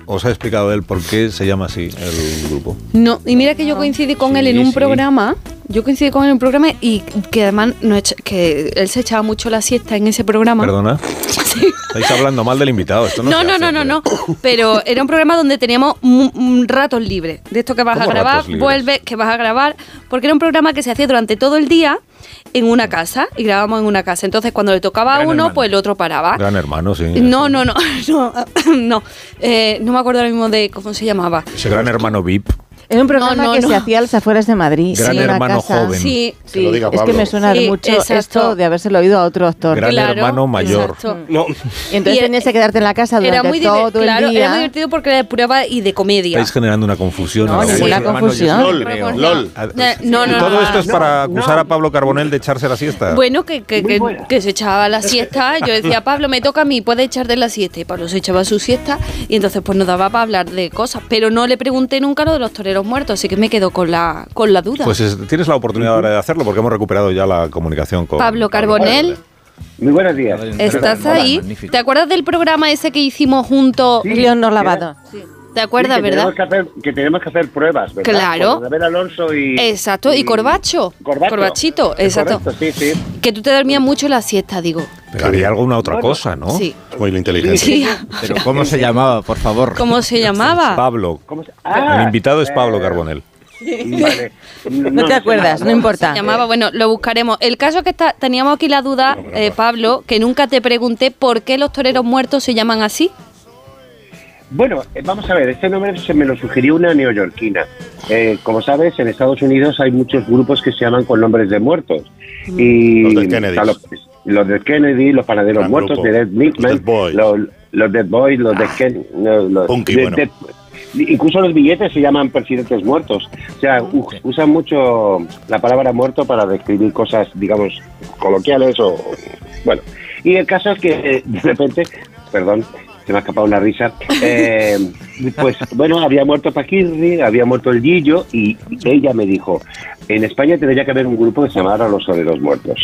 [SPEAKER 1] os ha explicado él por qué se llama así el grupo?
[SPEAKER 2] No, y mira que yo coincidí con él en
[SPEAKER 1] Ah, Sí,
[SPEAKER 2] un
[SPEAKER 1] sí.
[SPEAKER 2] programa. Yo coincidí con él en un programa y que además no echa- que él se echaba mucho la siesta en ese programa.
[SPEAKER 1] ¿Perdona? Estáis hablando mal del invitado. Esto no,
[SPEAKER 2] No,
[SPEAKER 1] se
[SPEAKER 2] no,
[SPEAKER 1] hace,
[SPEAKER 2] no, no,
[SPEAKER 1] hombre.
[SPEAKER 2] no. Pero era un programa donde teníamos mu- mm, ratos libres. De esto que vas a
[SPEAKER 1] ¿Cómo
[SPEAKER 2] grabar,
[SPEAKER 1] ratos libres?
[SPEAKER 2] vuelve, que vas a grabar. Porque era un programa que se hacía durante todo el día en una casa y grabábamos en una casa. Entonces, cuando le tocaba a
[SPEAKER 14] Gran
[SPEAKER 2] uno,
[SPEAKER 14] Hermano.
[SPEAKER 2] pues el otro paraba.
[SPEAKER 1] Gran hermano, sí.
[SPEAKER 2] No, no, no, no, no, Eh, no me acuerdo ahora mismo de cómo se llamaba.
[SPEAKER 1] Ese gran hermano VIP.
[SPEAKER 4] Era un programa
[SPEAKER 2] No, no,
[SPEAKER 4] que
[SPEAKER 2] no.
[SPEAKER 4] se hacía a las afueras de Madrid.
[SPEAKER 1] Gran
[SPEAKER 4] en una
[SPEAKER 1] hermano
[SPEAKER 4] casa.
[SPEAKER 1] joven.
[SPEAKER 2] Sí,
[SPEAKER 4] Sí,
[SPEAKER 3] Que lo diga
[SPEAKER 4] es que
[SPEAKER 3] Pablo.
[SPEAKER 4] me suena
[SPEAKER 2] Sí,
[SPEAKER 4] mucho
[SPEAKER 2] exacto.
[SPEAKER 4] esto de habérselo oído a otro actor.
[SPEAKER 1] Gran
[SPEAKER 2] claro,
[SPEAKER 1] hermano mayor.
[SPEAKER 2] exacto.
[SPEAKER 15] No,
[SPEAKER 4] Y entonces
[SPEAKER 2] Y- e-
[SPEAKER 4] tenías que quedarte en la casa durante
[SPEAKER 2] Era muy,
[SPEAKER 4] todo
[SPEAKER 2] divertido,
[SPEAKER 4] el
[SPEAKER 2] claro,
[SPEAKER 4] día.
[SPEAKER 2] era muy divertido porque era de prueba y de comedia. Ah,
[SPEAKER 1] Estáis generando una confusión.
[SPEAKER 4] No,
[SPEAKER 1] ahora mismo.
[SPEAKER 4] ninguna confusión.
[SPEAKER 11] LOL, creo. LOL.
[SPEAKER 1] A-
[SPEAKER 2] Eh, No, no, no.
[SPEAKER 1] Todo
[SPEAKER 2] no.
[SPEAKER 1] esto es para acusar a Pablo Carbonell de echarse la siesta.
[SPEAKER 2] Bueno, que, que, que, que se echaba la siesta. Yo decía, Pablo, me toca a mí, puedes echarte la siesta. Y Pablo se echaba su siesta y entonces pues nos daba para hablar de cosas. Pero no le pregunté nunca lo de los toreros muertos, así que me quedo con la, con la duda.
[SPEAKER 1] Pues es- tienes la oportunidad ahora de hacerlo porque hemos recuperado ya la comunicación con
[SPEAKER 2] Pablo Carbonell,
[SPEAKER 11] Muy buenos días.
[SPEAKER 2] ¿estás
[SPEAKER 14] Hola,
[SPEAKER 2] ahí?
[SPEAKER 14] magnífico.
[SPEAKER 2] ¿Te acuerdas del programa ese que hicimos juntos?
[SPEAKER 4] Guión no lavado.
[SPEAKER 2] ¿Te acuerdas,
[SPEAKER 11] Sí, que
[SPEAKER 2] verdad?
[SPEAKER 11] Tenemos que, hacer, que tenemos que hacer pruebas, ¿verdad?
[SPEAKER 2] Claro.
[SPEAKER 11] Con Isabel Alonso y.
[SPEAKER 2] Exacto, y Corbacho.
[SPEAKER 11] Corbacho.
[SPEAKER 2] Corbachito,
[SPEAKER 11] Es
[SPEAKER 2] exacto.
[SPEAKER 11] correcto, sí, sí.
[SPEAKER 2] Que tú te dormías mucho la siesta, digo.
[SPEAKER 1] Pero había alguna otra cosa, ¿no?
[SPEAKER 2] Sí.
[SPEAKER 15] muy inteligente.
[SPEAKER 2] Sí.
[SPEAKER 14] Pero ¿cómo se llamaba, por favor?
[SPEAKER 2] ¿Cómo se llamaba?
[SPEAKER 1] Pablo.
[SPEAKER 11] ¿Cómo se-
[SPEAKER 3] Ah.
[SPEAKER 1] El invitado es Pablo
[SPEAKER 11] eh,
[SPEAKER 1] Carbonell.
[SPEAKER 11] Vale.
[SPEAKER 4] No te acuerdas, no importa.
[SPEAKER 2] Se llamaba, bueno, lo buscaremos. El caso es que está, teníamos aquí la duda, eh, Pablo, que nunca te pregunté por qué los toreros muertos se llaman así.
[SPEAKER 11] Bueno, eh, vamos a ver, este nombre se me lo sugirió una neoyorquina. Eh, como sabes, en Estados Unidos hay muchos grupos que se llaman con nombres de muertos. Y
[SPEAKER 15] Los de Kennedys.
[SPEAKER 11] está Los, los de Kennedy, los panaderos
[SPEAKER 15] Gran
[SPEAKER 11] muertos,
[SPEAKER 15] grupo.
[SPEAKER 11] de Dead Nickman,
[SPEAKER 15] Los Dead Boys.
[SPEAKER 11] los, los Dead Boys, los de Ken, no, los
[SPEAKER 15] Punky,
[SPEAKER 11] de-
[SPEAKER 15] bueno.
[SPEAKER 11] de-
[SPEAKER 3] Incluso los billetes se llaman presidentes muertos. O sea, u- usan mucho la palabra muerto para describir cosas, digamos, coloquiales o... Bueno, y el caso es que eh, de repente, perdón, se me ha escapado una risa, eh, pues bueno, había muerto Paquirri, había muerto el Guillo y ella me dijo, en España tendría que haber un grupo que se llamara Los Soleros Muertos.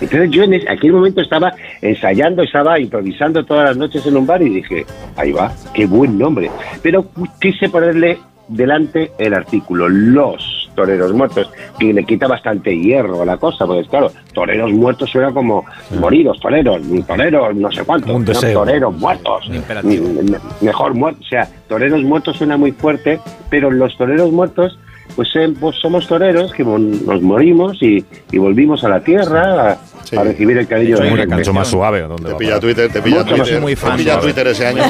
[SPEAKER 3] Entonces yo en es- aquel momento estaba ensayando, estaba improvisando todas las noches en un bar y dije, ahí va, qué buen nombre. Pero quise ponerle delante el artículo, los toreros muertos, que le quita bastante hierro a la cosa, porque claro, toreros muertos suena como moridos, toreros, toreros, no sé cuántos,
[SPEAKER 1] Un
[SPEAKER 3] no,
[SPEAKER 1] deseo.
[SPEAKER 3] toreros muertos, Mm,
[SPEAKER 6] imperativo.
[SPEAKER 3] me- mejor muertos, o sea, toreros muertos suena muy fuerte, pero los toreros muertos pues, eh, pues somos toreros que mon- nos morimos y, y volvimos a la tierra a,
[SPEAKER 16] Sí.
[SPEAKER 3] a recibir el cariño de
[SPEAKER 16] Hombre,
[SPEAKER 3] la gente.
[SPEAKER 16] mucho más suave. ¿dónde Te va a pilla parar? Twitter, te pilla
[SPEAKER 3] Mucho más.
[SPEAKER 16] Twitter.
[SPEAKER 3] Soy muy
[SPEAKER 16] te
[SPEAKER 3] fan,
[SPEAKER 16] pilla
[SPEAKER 3] Robert.
[SPEAKER 16] Twitter ese año.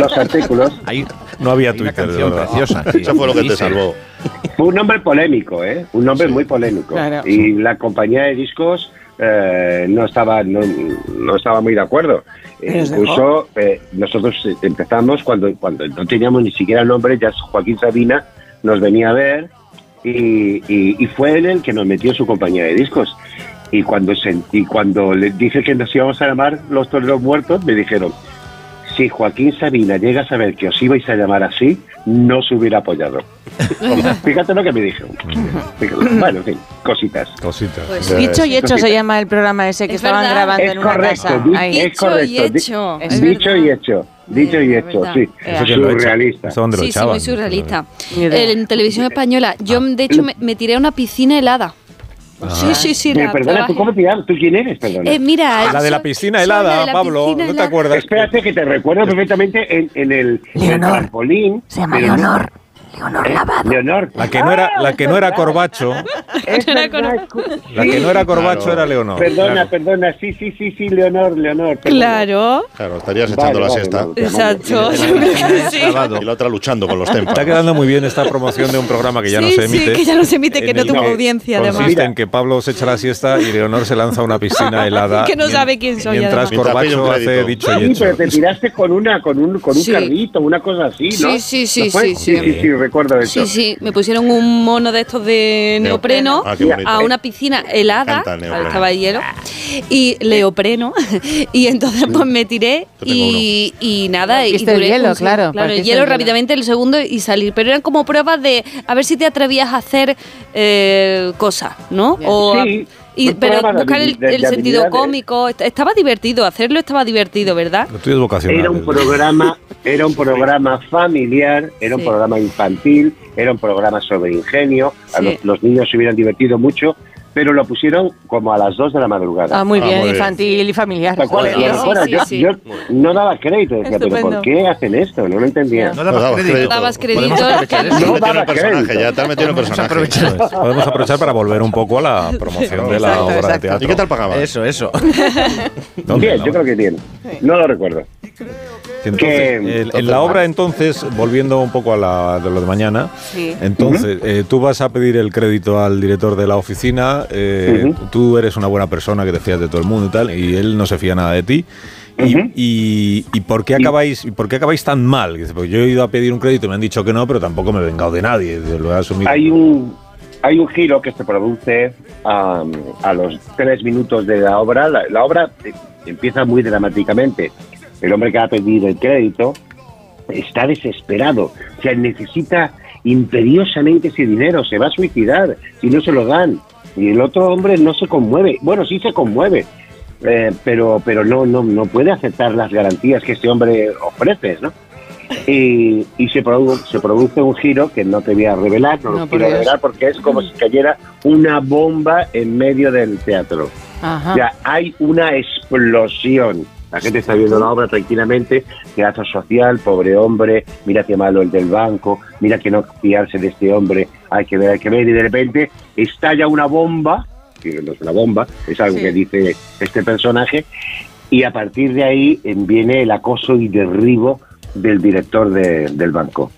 [SPEAKER 3] Los artículos.
[SPEAKER 1] No había
[SPEAKER 6] Twitter,
[SPEAKER 16] Twitter,
[SPEAKER 6] canción
[SPEAKER 16] de verdad.
[SPEAKER 6] preciosa, sí.
[SPEAKER 16] Eso fue lo que te
[SPEAKER 6] Dice.
[SPEAKER 16] salvó.
[SPEAKER 3] Fue un nombre polémico, ¿eh? Un nombre muy polémico.
[SPEAKER 16] Claro.
[SPEAKER 3] Y la compañía de discos eh, no estaba no, no estaba muy de acuerdo. Eh,
[SPEAKER 4] ¿Pero os dejó?
[SPEAKER 3] Incluso eh, nosotros eh, empezamos cuando, cuando no teníamos ni siquiera nombre, ya Joaquín Sabina nos venía a ver y, y- y fue él el que nos metió su compañía de discos. Y cuando, se, y cuando le dije que nos íbamos a llamar Los Toreros Muertos, me dijeron, si Joaquín Sabina llega a saber que os ibais a llamar así, no se hubiera apoyado. Fíjate lo que me dijo. Fíjate. Bueno, en fin, cositas.
[SPEAKER 1] Cositas.
[SPEAKER 2] Pues
[SPEAKER 4] Dicho y hecho se llama el programa ese que
[SPEAKER 2] Es
[SPEAKER 4] estaban
[SPEAKER 2] verdad.
[SPEAKER 4] grabando
[SPEAKER 3] Es
[SPEAKER 4] en una
[SPEAKER 3] correcto,
[SPEAKER 4] casa.
[SPEAKER 3] di-
[SPEAKER 4] Ahí.
[SPEAKER 3] es correcto.
[SPEAKER 2] y hecho,
[SPEAKER 3] di-
[SPEAKER 2] es
[SPEAKER 3] dicho
[SPEAKER 2] verdad.
[SPEAKER 3] y hecho. Dicho y hecho,
[SPEAKER 2] verdad.
[SPEAKER 3] sí.
[SPEAKER 2] Eso
[SPEAKER 1] quién lo echa.
[SPEAKER 3] surrealista.
[SPEAKER 1] ¿Eso dónde lo
[SPEAKER 2] Sí, sí,
[SPEAKER 1] echaban?
[SPEAKER 2] muy surrealista.
[SPEAKER 4] Ni idea.
[SPEAKER 2] En televisión española, yo
[SPEAKER 1] Ah.
[SPEAKER 2] de hecho me, me tiré a una piscina helada. Sí, sí, sí.
[SPEAKER 3] Me
[SPEAKER 2] la-
[SPEAKER 3] perdona, ¿tú
[SPEAKER 2] trabajé-
[SPEAKER 3] cómo te llamas? ¿Tú quién eres? Perdona.
[SPEAKER 2] Eh, mira,
[SPEAKER 1] Ah, La de la
[SPEAKER 2] soy-
[SPEAKER 1] piscina
[SPEAKER 2] soy la de
[SPEAKER 1] helada,
[SPEAKER 2] la
[SPEAKER 1] Pablo,
[SPEAKER 2] piscina
[SPEAKER 1] ¿no te
[SPEAKER 2] helada.
[SPEAKER 1] acuerdas?
[SPEAKER 3] Espérate que te recuerdo perfectamente en, en el, en el
[SPEAKER 4] Leonor.
[SPEAKER 3] trampolín.
[SPEAKER 4] Se llama
[SPEAKER 3] pero no-
[SPEAKER 4] Leonor.
[SPEAKER 3] Eh, Leonor.
[SPEAKER 1] La
[SPEAKER 2] Ah,
[SPEAKER 1] que no era, la que no era Corbacho,
[SPEAKER 3] Es verdad, escu-
[SPEAKER 1] la que no era Corbacho
[SPEAKER 16] Claro.
[SPEAKER 1] era Leonor.
[SPEAKER 3] Perdona,
[SPEAKER 1] Claro.
[SPEAKER 3] perdona. Sí, sí, sí, sí, Leonor, Leonor. perdona.
[SPEAKER 2] Claro,
[SPEAKER 16] Claro, estarías
[SPEAKER 3] Vale,
[SPEAKER 16] echando la
[SPEAKER 3] vale,
[SPEAKER 16] siesta.
[SPEAKER 3] vale.
[SPEAKER 2] exacto. yo creo que sí.
[SPEAKER 6] Grabado.
[SPEAKER 16] Y la otra luchando con los tempas.
[SPEAKER 1] Está quedando muy bien esta promoción de un programa que ya no
[SPEAKER 2] Sí,
[SPEAKER 1] se emite.
[SPEAKER 2] sí, que ya no se emite, que
[SPEAKER 1] en
[SPEAKER 2] no
[SPEAKER 1] el
[SPEAKER 2] tuvo
[SPEAKER 1] que
[SPEAKER 2] audiencia,
[SPEAKER 1] Consiste
[SPEAKER 2] además.
[SPEAKER 1] en que Pablo se echa la siesta y Leonor se lanza a una piscina helada.
[SPEAKER 2] Que no
[SPEAKER 1] mien-
[SPEAKER 2] sabe quién soy,
[SPEAKER 1] Mientras
[SPEAKER 2] además.
[SPEAKER 16] Mientras pide un
[SPEAKER 1] Corbacho hace
[SPEAKER 16] crédito.
[SPEAKER 1] dicho y
[SPEAKER 3] Ah, Sí,
[SPEAKER 1] hecho.
[SPEAKER 3] pero te tiraste con una, con un, con un
[SPEAKER 2] Sí.
[SPEAKER 3] carrito, una cosa así, ¿no?
[SPEAKER 2] Sí, sí, sí,
[SPEAKER 3] ¿No fue?
[SPEAKER 2] sí, sí.
[SPEAKER 3] sí, sí, recuerdo
[SPEAKER 2] Sí,
[SPEAKER 3] eso.
[SPEAKER 2] sí, me pusieron un mono de estos de neopreno
[SPEAKER 16] Ah, qué bonito.
[SPEAKER 2] a una piscina helada,
[SPEAKER 16] encanta el neopreno.
[SPEAKER 2] estaba el hielo, y leopreno, y entonces pues me tiré
[SPEAKER 16] Yo tengo
[SPEAKER 2] y, y nada. Y
[SPEAKER 4] Rompiste el
[SPEAKER 2] duré un
[SPEAKER 4] hielo,
[SPEAKER 2] segundo. Claro,
[SPEAKER 4] claro,
[SPEAKER 2] el
[SPEAKER 4] partiste
[SPEAKER 2] hielo
[SPEAKER 4] el hielo.
[SPEAKER 2] rápidamente, el segundo y salir, pero eran como pruebas de a ver si te atrevías a hacer eh, cosas, ¿no? O a-
[SPEAKER 3] Sí,
[SPEAKER 2] y,
[SPEAKER 3] un
[SPEAKER 2] pero
[SPEAKER 3] programa de
[SPEAKER 2] buscar el,
[SPEAKER 3] habili- de-
[SPEAKER 2] el
[SPEAKER 3] de
[SPEAKER 2] sentido
[SPEAKER 3] habilidades.
[SPEAKER 2] cómico, Est- estaba divertido, hacerlo estaba divertido, ¿verdad?
[SPEAKER 1] Lo tuyo es vocacional.
[SPEAKER 3] Era un
[SPEAKER 1] desde
[SPEAKER 3] programa, era un programa familiar, era un
[SPEAKER 2] Sí.
[SPEAKER 3] programa infantil, era un programa sobre ingenio. A
[SPEAKER 2] Sí.
[SPEAKER 3] los, los niños se hubieran divertido mucho, pero lo pusieron como a las 2 de la madrugada.
[SPEAKER 4] Ah, muy
[SPEAKER 16] Ah,
[SPEAKER 4] bien,
[SPEAKER 16] muy bien.
[SPEAKER 4] infantil y familiar.
[SPEAKER 3] ¿Te acuerdas?
[SPEAKER 2] Sí,
[SPEAKER 3] ¿Lo
[SPEAKER 2] sí,
[SPEAKER 3] recuerdas?
[SPEAKER 2] sí,
[SPEAKER 3] yo,
[SPEAKER 2] sí.
[SPEAKER 3] yo no daba crédito, decía, pero
[SPEAKER 4] Estupendo.
[SPEAKER 3] ¿por qué hacen esto? No lo entendía.
[SPEAKER 6] No dabas
[SPEAKER 16] dabas
[SPEAKER 6] crédito.
[SPEAKER 16] crédito.
[SPEAKER 2] Dabas crédito.
[SPEAKER 6] Podemos aprovechar
[SPEAKER 16] Te has
[SPEAKER 6] eso.
[SPEAKER 3] No
[SPEAKER 16] metido en
[SPEAKER 3] daba
[SPEAKER 16] el personaje,
[SPEAKER 3] crédito.
[SPEAKER 16] ya te has metido en el
[SPEAKER 6] Vamos a
[SPEAKER 16] personaje.
[SPEAKER 6] aprovechar eso.
[SPEAKER 1] Podemos aprovechar para volver un poco a la promoción de la
[SPEAKER 4] Exacto,
[SPEAKER 1] obra de
[SPEAKER 4] exacto.
[SPEAKER 1] teatro.
[SPEAKER 16] ¿Y qué tal pagabas?
[SPEAKER 6] Eso, eso.
[SPEAKER 1] ¿Dónde,
[SPEAKER 3] Bien,
[SPEAKER 1] no?
[SPEAKER 3] yo creo que bien. No lo recuerdo.
[SPEAKER 1] Entonces,
[SPEAKER 3] Que-
[SPEAKER 1] el- en
[SPEAKER 3] entonces,
[SPEAKER 1] la
[SPEAKER 3] vale.
[SPEAKER 1] obra, entonces, volviendo un poco a la de lo de mañana,
[SPEAKER 4] Sí.
[SPEAKER 1] entonces, eh, tú vas a pedir el crédito al director de la oficina, eh,
[SPEAKER 3] Ujú.
[SPEAKER 1] tú eres una buena persona que te fías de todo el mundo y tal, y él no se fía nada de ti. Y,
[SPEAKER 3] Ujú.
[SPEAKER 1] y- y por qué acabáis y por qué acabáis tan mal? Dice, pues yo he ido a pedir un crédito y me han dicho que no, pero tampoco me he vengado de nadie, dice, lo he asumido.
[SPEAKER 3] Hay un, hay un giro que se produce am, a los tres minutos de la obra. La, la obra eh, empieza muy dramáticamente. El hombre que ha pedido el crédito está desesperado. O sea, necesita imperiosamente ese dinero. Se va a suicidar si no se lo dan. Y el otro hombre no se conmueve. Bueno, sí se conmueve. eh, pero pero no, no, no puede aceptar las garantías que este hombre ofrece, ¿no? y, y se, produ- se produce un giro que no te voy a revelar, no, lo
[SPEAKER 4] No, por
[SPEAKER 3] quiero
[SPEAKER 4] Dios.
[SPEAKER 3] revelar porque es como si cayera una bomba en medio del teatro.
[SPEAKER 4] Ajá.
[SPEAKER 3] Ya hay una explosión. La gente está viendo la obra tranquilamente, teatro social, pobre hombre, mira qué malo el del banco, mira que no fiarse de este hombre, hay que ver, hay que ver, y de repente estalla una bomba, que no es una bomba, es algo
[SPEAKER 2] Sí.
[SPEAKER 3] que dice este personaje, y a partir de ahí eh, viene el acoso y derribo del director de- del banco.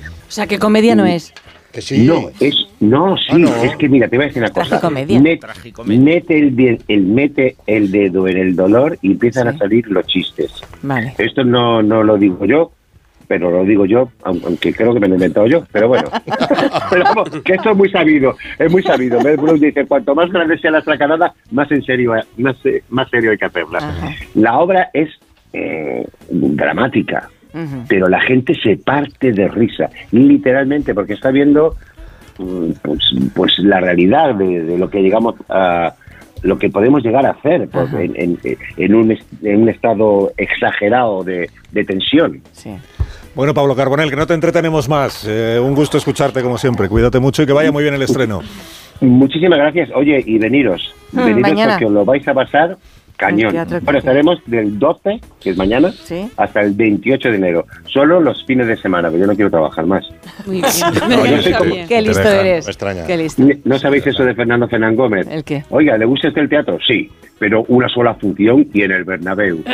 [SPEAKER 4] O sea, que comedia
[SPEAKER 16] Mm.
[SPEAKER 4] no es.
[SPEAKER 16] Que sí.
[SPEAKER 3] No, es, no, sí,
[SPEAKER 16] Ah, no.
[SPEAKER 3] es que mira, te voy a decir una cosa.
[SPEAKER 4] Tragicomedia.
[SPEAKER 3] Met-
[SPEAKER 6] Tragicomedia.
[SPEAKER 3] Mete el, die- el, mete el dedo en el dolor y empiezan
[SPEAKER 4] Sí.
[SPEAKER 3] a salir los chistes.
[SPEAKER 4] Vale.
[SPEAKER 3] Esto no, no lo digo yo, pero lo digo yo, aun- aunque creo que me lo he inventado yo, pero bueno. pero vamos, que esto es muy sabido, es muy sabido. Mel Brooks dice, cuanto más grande sea la astracanada, más en serio, más, eh, más serio hay que hacerla. La obra es eh, dramática, pero la gente se parte de risa, literalmente, porque está viendo mm, pues, pues la realidad de, de lo que llegamos a lo que podemos llegar a hacer pues, en, en- en un, es- en un estado exagerado de, de tensión.
[SPEAKER 1] Bueno, Pablo Carbonel, que no te entretenemos más. Eh, un gusto escucharte como siempre. Cuídate mucho y que vaya muy bien el estreno.
[SPEAKER 3] Muchísimas gracias. Oye, y veniros.
[SPEAKER 1] Mm,
[SPEAKER 3] veniros
[SPEAKER 1] mañana.
[SPEAKER 3] porque os lo vais a pasar cañón.
[SPEAKER 1] teatro
[SPEAKER 3] Bueno, estaremos del 12, que es mañana, hasta el 28 de enero. Solo los fines de semana, que yo no quiero trabajar más.
[SPEAKER 4] Muy bien.
[SPEAKER 3] No, yo soy como-
[SPEAKER 4] Qué listo eres. Qué listo.
[SPEAKER 3] Ne- ¿No sabéis eso de Fernando Fernán Gómez?
[SPEAKER 4] ¿El qué?
[SPEAKER 3] Oiga, ¿le gusta usted el teatro? Sí, pero una sola función y en el Bernabéu.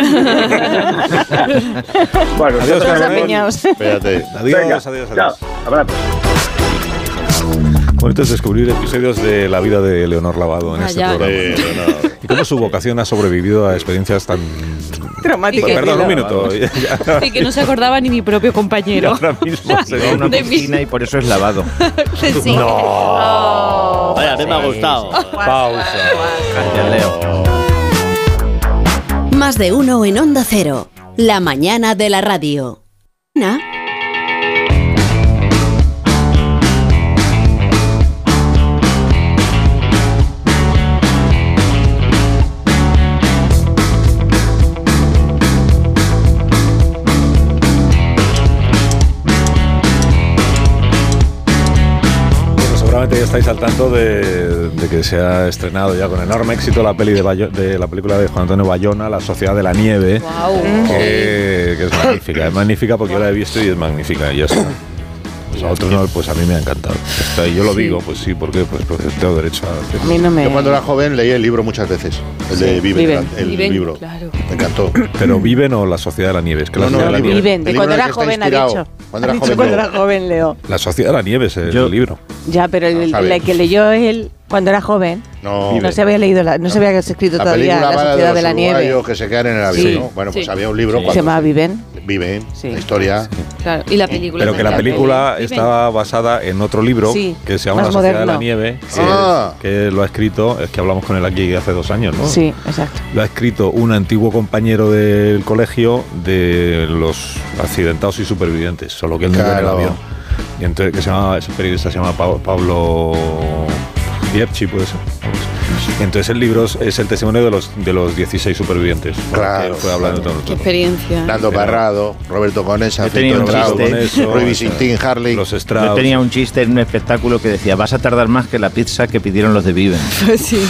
[SPEAKER 3] bueno,
[SPEAKER 1] Adiós,
[SPEAKER 3] nosotros-
[SPEAKER 1] Carmen. Apiñaos.
[SPEAKER 16] Espérate.
[SPEAKER 1] Adiós,
[SPEAKER 3] Venga,
[SPEAKER 1] adiós, adiós.
[SPEAKER 3] chao, abrazos.
[SPEAKER 1] Bonito es descubrir episodios de la vida de Leonor Lavado en
[SPEAKER 16] Ah,
[SPEAKER 1] este
[SPEAKER 16] ya.
[SPEAKER 1] programa.
[SPEAKER 16] Sí,
[SPEAKER 3] Eh.
[SPEAKER 1] y cómo su vocación ha sobrevivido a experiencias tan...
[SPEAKER 2] Traumáticas.
[SPEAKER 1] Perdón, un minuto.
[SPEAKER 2] Y que no se acordaba ni mi propio
[SPEAKER 1] Y
[SPEAKER 2] compañero.
[SPEAKER 1] ahora mismo se ve una
[SPEAKER 2] De mí.
[SPEAKER 6] piscina y por eso es lavado.
[SPEAKER 2] Sí.
[SPEAKER 6] No.
[SPEAKER 5] Vaya, a mí me ha gustado.
[SPEAKER 1] Pausa.
[SPEAKER 6] Gracias,
[SPEAKER 16] Oh.
[SPEAKER 6] Leo.
[SPEAKER 12] Más de uno en Onda Cero. La mañana de la radio. Una.
[SPEAKER 1] Bueno, seguramente ya estáis al tanto de, de que se ha estrenado ya con enorme éxito la peli de, Bayo- de la película de Juan Antonio Bayona, La Sociedad de la Nieve,
[SPEAKER 16] Eh,
[SPEAKER 1] que, que es magnífica, es magnífica porque yo la he visto y es magnífica, y ya está. Pues a otros no, pues a mí me ha encantado. Ya está, y yo lo
[SPEAKER 16] Sí.
[SPEAKER 1] digo, pues sí, porque pues, porque tengo derecho a hacerlo.
[SPEAKER 16] Yo cuando era joven leí el libro muchas veces. El de Viven. El libro. Me encantó.
[SPEAKER 1] Pero viven o la Sociedad de la Nieve, es que la,
[SPEAKER 16] No, no,
[SPEAKER 1] Sociedad de la Nieve-
[SPEAKER 4] Viven, de
[SPEAKER 16] El libro
[SPEAKER 4] cuando
[SPEAKER 16] en el
[SPEAKER 4] era
[SPEAKER 16] que está
[SPEAKER 4] joven, ha
[SPEAKER 16] inspirado.
[SPEAKER 4] dicho.
[SPEAKER 16] Cuando
[SPEAKER 4] Ha
[SPEAKER 16] era
[SPEAKER 4] dicho
[SPEAKER 16] joven,
[SPEAKER 4] cuando
[SPEAKER 16] Leo.
[SPEAKER 4] era joven, Leo.
[SPEAKER 1] la Sociedad de la Nieve es el libro.
[SPEAKER 4] Ya, pero el,
[SPEAKER 1] sabe.
[SPEAKER 4] la que leyó él cuando era joven
[SPEAKER 16] No.
[SPEAKER 4] no se había leído, la, no se había escrito
[SPEAKER 16] La
[SPEAKER 4] todavía
[SPEAKER 16] película
[SPEAKER 4] La
[SPEAKER 16] va
[SPEAKER 4] Sociedad de,
[SPEAKER 16] los
[SPEAKER 4] la Nieve.
[SPEAKER 16] uruguayos que se quedan en el avión.
[SPEAKER 4] Sí.
[SPEAKER 16] ¿no? Bueno, pues
[SPEAKER 4] Sí.
[SPEAKER 16] había un libro
[SPEAKER 4] Se
[SPEAKER 16] cuando
[SPEAKER 4] llamaba Viven.
[SPEAKER 16] Viven, la historia.
[SPEAKER 2] Claro, y la película.
[SPEAKER 1] Pero que la película estaba basada en otro libro
[SPEAKER 2] Sí,
[SPEAKER 1] que se llama La
[SPEAKER 2] más
[SPEAKER 1] Sociedad de la
[SPEAKER 2] moderno.
[SPEAKER 1] Nieve, que,
[SPEAKER 16] Ah.
[SPEAKER 1] que lo ha escrito, es que hablamos con él aquí hace dos años,
[SPEAKER 16] Oh.
[SPEAKER 1] ¿no?
[SPEAKER 4] Sí, exacto.
[SPEAKER 1] Lo ha escrito un antiguo compañero del colegio de los accidentados y supervivientes, solo que él murió en
[SPEAKER 16] Claro.
[SPEAKER 1] el avión. Y entonces, que se llama, ese periodista se llama Pa- Pablo Diepchi, puede ser. Entonces el libro es el testimonio de los, de los 16 supervivientes.
[SPEAKER 16] Claro.
[SPEAKER 1] Que Fue hablando todo, todo.
[SPEAKER 2] Experiencia.
[SPEAKER 16] Nando Parrado, Roberto Conesa,
[SPEAKER 6] Yo tenía
[SPEAKER 16] Fito
[SPEAKER 6] un
[SPEAKER 16] Trau,
[SPEAKER 6] chiste. Eso,
[SPEAKER 16] Ruy
[SPEAKER 6] eso.
[SPEAKER 16] Vicentín, Harley. Los
[SPEAKER 6] Yo tenía un chiste en un espectáculo que decía, vas a tardar más que la pizza que pidieron los de Viven.
[SPEAKER 2] Pues sí.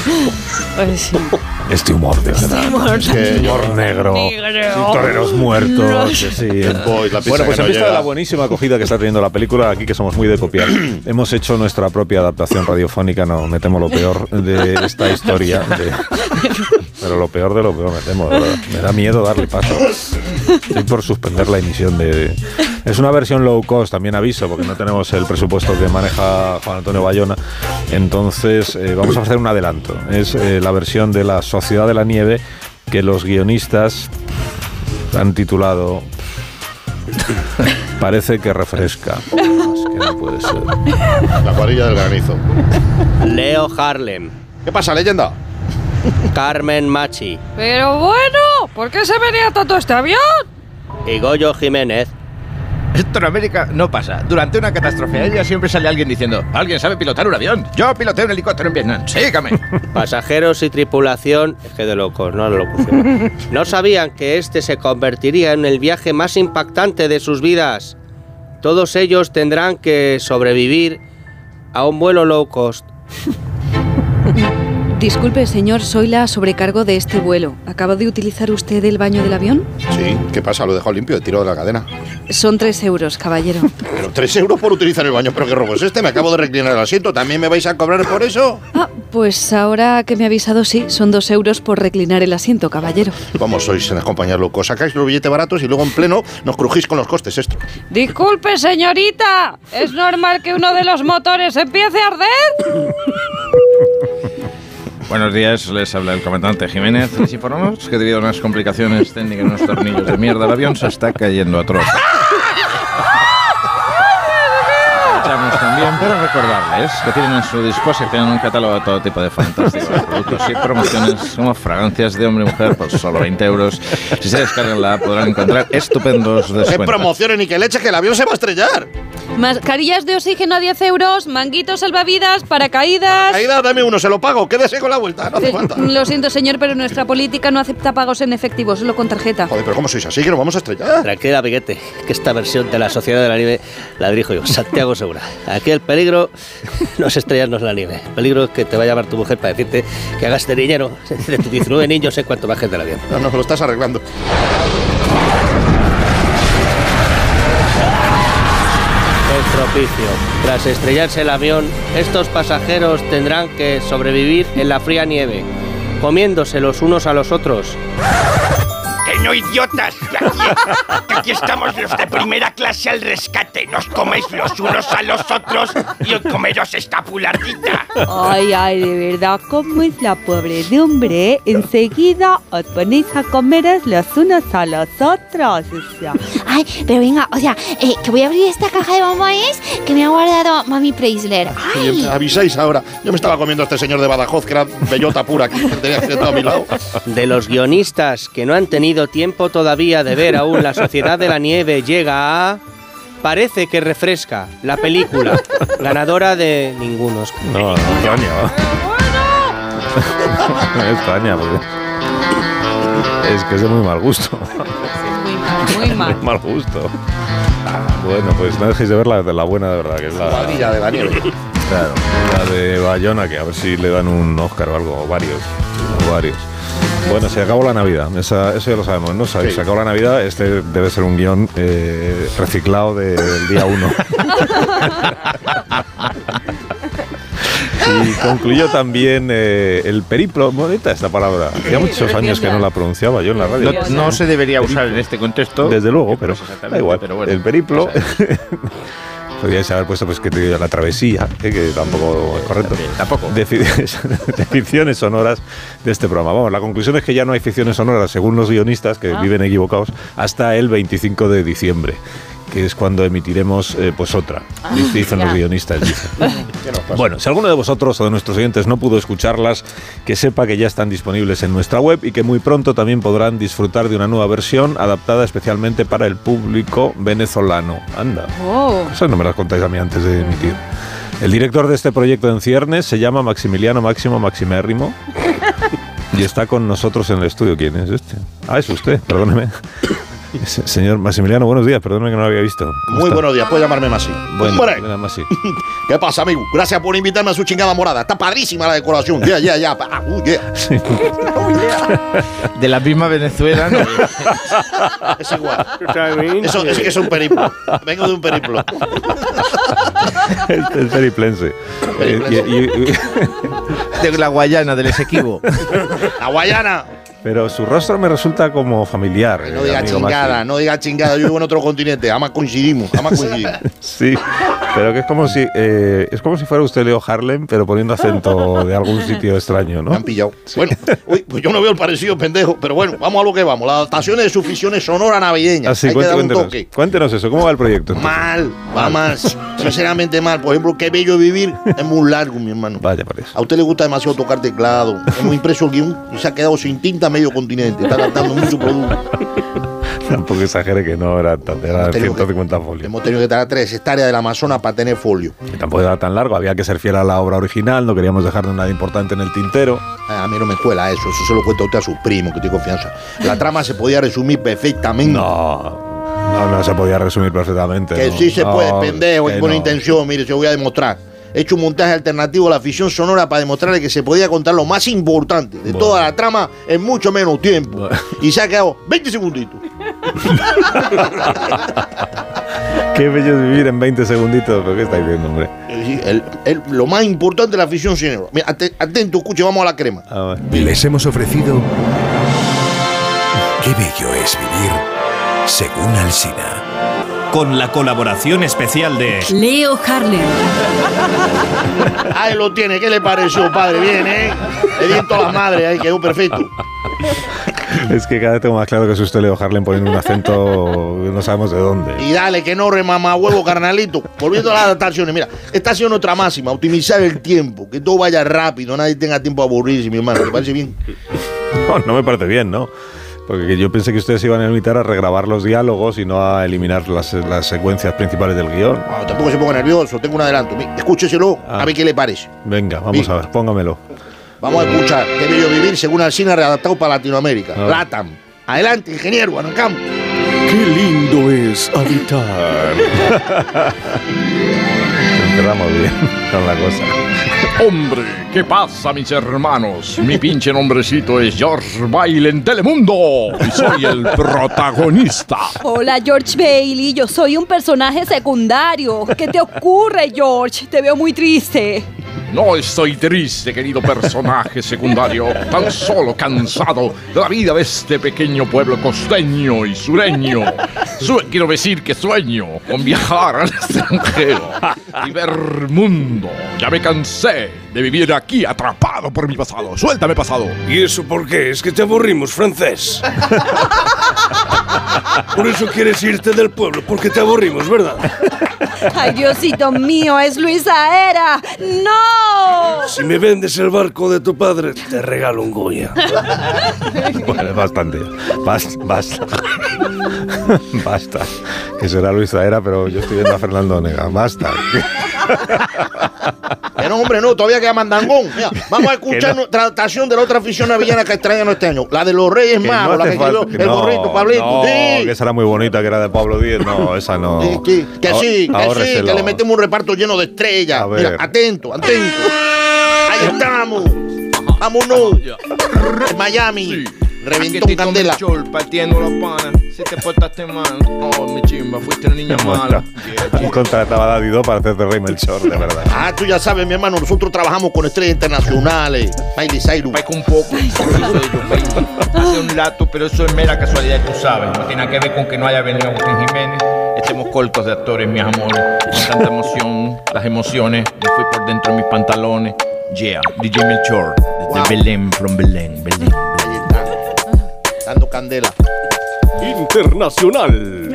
[SPEAKER 2] Pues sí.
[SPEAKER 1] Este humor, de verdad.
[SPEAKER 2] Este humor.
[SPEAKER 1] Es que- humor negro.
[SPEAKER 2] Negro.
[SPEAKER 1] Toreros
[SPEAKER 2] No.
[SPEAKER 1] muertos. que sí.
[SPEAKER 16] Boys, la pizza
[SPEAKER 1] bueno, pues
[SPEAKER 16] que no
[SPEAKER 1] en vista
[SPEAKER 16] llega.
[SPEAKER 1] de la buenísima acogida que está teniendo la película, aquí que somos muy de copiar, hemos hecho nuestra propia adaptación radiofónica, no, me temo lo peor de esta historia. de- pero lo peor de lo peor me temo, de verdad. Me da miedo darle paso. Estoy por suspender la emisión de... Es una versión low cost, también aviso, porque no tenemos el presupuesto que maneja Juan Antonio Bayona. Entonces, eh, vamos a hacer un adelanto. Es eh, la versión de La Sociedad de la Nieve que los guionistas han titulado Parece que refresca. Es que no puede ser.
[SPEAKER 16] La cuadrilla del granizo.
[SPEAKER 5] Leo Harlem.
[SPEAKER 16] ¿Qué pasa, leyenda?
[SPEAKER 5] Carmen Machi
[SPEAKER 11] Pero bueno, ¿por qué se venía tanto este avión?
[SPEAKER 5] y Goyo Jiménez.
[SPEAKER 6] Esto en América no pasa. Durante una catástrofe aérea siempre sale alguien diciendo, ¿alguien sabe pilotar un avión? Yo piloté un helicóptero en Vietnam. Sígame.
[SPEAKER 5] Pasajeros y tripulación, es que de locos, no lo pusieron. No sabían que este se convertiría en el viaje más impactante de sus vidas. Todos ellos tendrán que sobrevivir a un vuelo low cost.
[SPEAKER 11] Disculpe, señor, soy la sobrecargo de este vuelo. ¿Acaba de utilizar usted el baño del avión?
[SPEAKER 16] Sí, ¿qué pasa? Lo he dejado limpio, he tirado de la cadena.
[SPEAKER 11] Son tres euros, caballero.
[SPEAKER 16] Pero tres euros por utilizar el baño, pero qué robo es este, me acabo de reclinar el asiento, ¿también me vais a cobrar por eso?
[SPEAKER 11] Ah, pues ahora que me ha avisado, sí, son dos euros por reclinar el asiento, caballero.
[SPEAKER 16] ¿Cómo sois en las compañías locos? Sacáis los billetes baratos y luego en pleno nos crujís con los costes esto.
[SPEAKER 11] Disculpe, señorita, ¿es normal que uno de los motores empiece a arder?
[SPEAKER 6] Buenos días, les habla el comandante Jiménez. Les informamos que debido a unas complicaciones técnicas en unos tornillos de mierda, el avión se está cayendo a trozos. también, pero recordarles que tienen en su disposición un catálogo de todo tipo de fantásticos productos y promociones como fragancias de hombre y mujer por solo 20 euros. Si se descargan la app podrán encontrar estupendos
[SPEAKER 16] Que
[SPEAKER 6] descuentos.
[SPEAKER 16] promocionen y que le eche que el avión se va a estrellar.
[SPEAKER 11] Mascarillas de oxígeno a 10 euros, manguitos salvavidas, paracaídas.
[SPEAKER 16] Aida, dame uno, se lo pago. Quédese con la vuelta, no hace
[SPEAKER 11] Eh,
[SPEAKER 16] falta.
[SPEAKER 11] Lo siento, señor, pero nuestra política no acepta pagos en efectivo, solo con tarjeta.
[SPEAKER 16] Joder, pero ¿cómo sois así que nos vamos a estrellar?
[SPEAKER 5] Tranquila, piquete, que esta versión de la Sociedad de la Nieve la dirijo yo, Santiago Segura. Aquí el peligro no es estrellarnos en la nieve. El peligro es que te va a llamar tu mujer para decirte que hagas de niñero de tus 19 niños en cuanto bajes del avión.
[SPEAKER 16] No, no, lo estás arreglando.
[SPEAKER 5] El tropicio. Tras estrellarse el avión, estos pasajeros tendrán que sobrevivir en la fría nieve, comiéndose los unos a los otros.
[SPEAKER 17] ¡Que no, idiotas! Que aquí, que aquí estamos los de primera clase al rescate. Nos coméis los unos a los otros y comeros esta pulardita.
[SPEAKER 2] Ay, ay, de verdad, ¿cómo es la pobredumbre? eh? Enseguida os ponéis a comeros los unos a los otros. o sea.
[SPEAKER 18] Ay, pero venga, o sea, eh, que voy a abrir esta caja de bombones que me ha guardado Mami Preisler.
[SPEAKER 16] Oye, avisáis ahora. Yo me estaba comiendo a este señor de Badajoz, que era bellota pura aquí, que tenía sentado a mi lado.
[SPEAKER 5] De los guionistas que no han tenido tiempo todavía de ver aún La Sociedad de la Nieve llega a... Parece que refresca la película, ganadora de ningún Oscar.
[SPEAKER 1] No, no extraña. ¿no? No extraña, porque. Es que es de muy mal gusto.
[SPEAKER 11] Muy mal.
[SPEAKER 1] Muy mal gusto. Bueno, pues no dejéis de ver la, de la buena de verdad, que es la.
[SPEAKER 16] Cuadrilla de la nieve.
[SPEAKER 1] Claro, la de Bayona, que a ver si le dan un Oscar o algo, o varios. o varios. Bueno, se acabó la Navidad, esa- eso ya lo sabemos, ¿no? Se,
[SPEAKER 16] Sí.
[SPEAKER 1] se acabó la Navidad, este debe ser un guión eh, reciclado de- del día 1. Y concluyó también eh, el periplo, bonita esta palabra, hacía muchos años que no la pronunciaba yo en la radio.
[SPEAKER 6] No- no se debería usar en este contexto.
[SPEAKER 1] Desde luego, pero da
[SPEAKER 6] pues exactamente,
[SPEAKER 1] igual.
[SPEAKER 6] pero bueno,
[SPEAKER 1] el periplo. Podríais haber puesto pues que te digo yo, la travesía, eh, que tampoco es correcto. Tampoco. De, fi- de ficciones sonoras de este programa. Vamos, la conclusión es que ya no hay ficciones sonoras, según los guionistas
[SPEAKER 6] Ah.
[SPEAKER 1] que viven equivocados, hasta el 25 de diciembre, que es cuando emitiremos eh, pues otra. dicen los guionistas. dicen. Bueno, si alguno de vosotros o de nuestros oyentes no pudo escucharlas, que sepa que ya están disponibles en nuestra web y que muy pronto también podrán disfrutar de una nueva versión adaptada especialmente para el público venezolano. Anda.
[SPEAKER 11] Oh.
[SPEAKER 1] Eso no me las contáis a mí antes de emitir. El director de este proyecto en ciernes se llama Maximiliano Máximo Maximérrimo. Y está con nosotros en el estudio. ¿Quién es este? Ah, es usted, perdóneme. Se- Señor Maximiliano, buenos días, perdóneme que no lo había visto. ¿Cómo
[SPEAKER 16] Muy
[SPEAKER 1] está?
[SPEAKER 16] buenos días, puede llamarme Masi.
[SPEAKER 1] Bueno,
[SPEAKER 16] Hombre,
[SPEAKER 1] nada más sí.
[SPEAKER 16] ¿Qué pasa, amigo? Gracias por invitarme a su chingada morada. Está padrísima la decoración. Ya, ya, ya.
[SPEAKER 1] Sí.
[SPEAKER 6] De la misma Venezuela, ¿no?
[SPEAKER 16] Es igual. Eso es que es un periplo. Vengo de un periplo.
[SPEAKER 1] El, el este periplense. Eh, y- y-
[SPEAKER 6] de la Guayana, del Esequibo.
[SPEAKER 16] La Guayana.
[SPEAKER 1] pero su rostro me resulta como familiar.
[SPEAKER 16] No
[SPEAKER 1] eh,
[SPEAKER 16] diga
[SPEAKER 1] amigo
[SPEAKER 16] chingada,
[SPEAKER 1] Maxi.
[SPEAKER 16] no diga chingada. Yo vivo en otro continente. Además coincidimos. Además coincidimos.
[SPEAKER 1] Sí, pero que es como si eh, es como si fuera usted Leo Harlem, pero poniendo acento de algún sitio extraño, ¿no?
[SPEAKER 16] han pillado. Bueno, uy, pues yo no veo el parecido, pendejo. Pero bueno, vamos a lo que vamos. Las adaptaciones de sus ficciones sonora navideña.
[SPEAKER 1] Así,
[SPEAKER 16] Hay que dar
[SPEAKER 1] Ah,
[SPEAKER 16] un
[SPEAKER 1] cuéntenos,
[SPEAKER 16] toque.
[SPEAKER 1] cuéntenos eso, ¿cómo va el proyecto?
[SPEAKER 16] Mal, va mal, sinceramente mal. Por ejemplo, qué bello vivir es muy largo, mi hermano.
[SPEAKER 1] Vaya, parece.
[SPEAKER 16] A usted le gusta demasiado tocar teclado. Hemos impreso el guión y se ha quedado sin tinta medio continente. Está gastando mucho producto.
[SPEAKER 1] Tampoco exagere que no era, tan- era
[SPEAKER 16] Hemos tenido que-
[SPEAKER 1] 150 folios.
[SPEAKER 16] Hemos tenido que traer tres hectáreas del Amazonas para tener folio.
[SPEAKER 1] Que tampoco era tan largo, había que ser fiel a la obra original, no queríamos dejar nada importante en el tintero.
[SPEAKER 16] Ah, A mí no me cuela eso, eso se lo cuenta usted a sus primos, que tiene confianza. La trama se podía resumir perfectamente.
[SPEAKER 1] No. No, no se podía resumir perfectamente.
[SPEAKER 16] Que
[SPEAKER 1] no.
[SPEAKER 16] sí se
[SPEAKER 1] No,
[SPEAKER 16] puede, pendejo,
[SPEAKER 1] que
[SPEAKER 16] y buena
[SPEAKER 1] no.
[SPEAKER 16] intención, mire, se lo voy a demostrar. He hecho un montaje alternativo a la ficción sonora para demostrarle que se podía contar lo más importante de toda la trama en mucho menos tiempo. Y se ha quedado 20 segunditos.
[SPEAKER 1] Qué bello es vivir en 20 segunditos, pero ¿qué estáis viendo, hombre?
[SPEAKER 16] Eh, el- el- lo más importante de la ficción sonora. Mira, ate- atento, escuche, vamos a la crema.
[SPEAKER 1] Ah,
[SPEAKER 19] Les hemos ofrecido Qué bello es vivir según Alsina. Con la colaboración especial de
[SPEAKER 12] Leo Harlem.
[SPEAKER 16] Ahí lo tiene, ¿qué le pareció, padre? Bien, ¿eh? Le di en todas las madres, ahí quedó perfecto.
[SPEAKER 1] Es que cada vez tengo más claro que es usted Leo Harlem poniendo un acento que no sabemos de dónde.
[SPEAKER 16] Y dale, que no remama huevo, carnalito. Volviendo a las adaptaciones, mira, esta ha sido nuestra máxima, optimizar el tiempo, que todo vaya rápido, nadie tenga tiempo a aburrirse, mi hermano. ¿Te parece bien?
[SPEAKER 1] No, no me parece bien, ¿no? Porque yo pensé que ustedes se iban a limitar a regrabar los diálogos y no a eliminar las, las secuencias principales del guión.
[SPEAKER 16] No, tampoco se ponga nervioso, tengo un adelanto. Mi- Escúcheselo, a ver qué le parece.
[SPEAKER 1] Venga, vamos a ver, póngamelo.
[SPEAKER 16] Vamos a escuchar, qué bello vivir según Alcina readaptado para Latinoamérica,
[SPEAKER 1] A ver.
[SPEAKER 16] LATAM. Adelante, ingeniero, arrancamos.
[SPEAKER 20] Qué lindo es habitar.
[SPEAKER 1] Cerramos bien con la cosa.
[SPEAKER 20] Hombre, ¿qué pasa, mis hermanos? Mi pinche nombrecito es George Bailey en Telemundo. Y soy el protagonista.
[SPEAKER 7] Hola George Bailey, yo soy un personaje secundario. ¿Qué te ocurre George? Te veo muy triste.
[SPEAKER 20] No estoy triste, querido personaje secundario, tan solo cansado de la vida de este pequeño pueblo costeño y sureño. Sue- quiero decir que sueño con viajar al extranjero y ver mundo. Ya me cansé de vivir aquí atrapado por mi pasado. Suéltame pasado.
[SPEAKER 21] ¿Y eso por qué? Es que te aburrimos, francés. Por eso quieres irte del pueblo, porque te aburrimos, ¿verdad?
[SPEAKER 7] Ay Diosito mío, es Luisa Era. ¡No!
[SPEAKER 21] Si me vendes el barco de tu padre, te regalo un Goya.
[SPEAKER 1] Vale, bastante. Basta, basta. Basta. Que será Luis Zaera, pero yo estoy viendo a Fernando Onega. Basta.
[SPEAKER 16] Que no, hombre, no, todavía queda mandangón. Mira, vamos a
[SPEAKER 1] Que
[SPEAKER 16] escuchar
[SPEAKER 1] no.
[SPEAKER 16] tratación de la otra afición navillana que extrañaron este año. La de los Reyes
[SPEAKER 1] Que no
[SPEAKER 16] Magos, la
[SPEAKER 1] hace
[SPEAKER 16] que
[SPEAKER 1] falta-
[SPEAKER 16] escribió el
[SPEAKER 1] no,
[SPEAKER 16] gorrito, Pablito.
[SPEAKER 1] no,
[SPEAKER 16] sí.
[SPEAKER 1] que esa era muy bonita, que era de Pablo Díez. No, esa no.
[SPEAKER 16] Sí, que
[SPEAKER 1] Ahor-
[SPEAKER 16] sí, que sí,
[SPEAKER 1] ahórreselo.
[SPEAKER 16] que le metemos un reparto lleno de estrellas.
[SPEAKER 1] A ver.
[SPEAKER 16] Mira, atento, atento. Ahí estamos. Vámonos. Miami. Reventó un candela.
[SPEAKER 22] Partiendo la pana, si te portaste mal, oh mi chimba, fuiste una niña mala.
[SPEAKER 1] Contrataba a Dido para hacerte rey Melchor, de verdad.
[SPEAKER 16] Ah, tú ya sabes, mi hermano, nosotros trabajamos con estrellas internacionales. Miley Cyrus.
[SPEAKER 22] un poco. Hace un lato, pero eso es mera casualidad, tú sabes. No tiene nada que ver con que no haya venido Agustín Jiménez. Estemos cortos de actores, mis amores. Con tanta emoción, las emociones, me fui por dentro de mis pantalones. Yeah, DJ Melchor, desde Belén, from Belén, Belén.
[SPEAKER 16] Dando candela.
[SPEAKER 1] Internacional.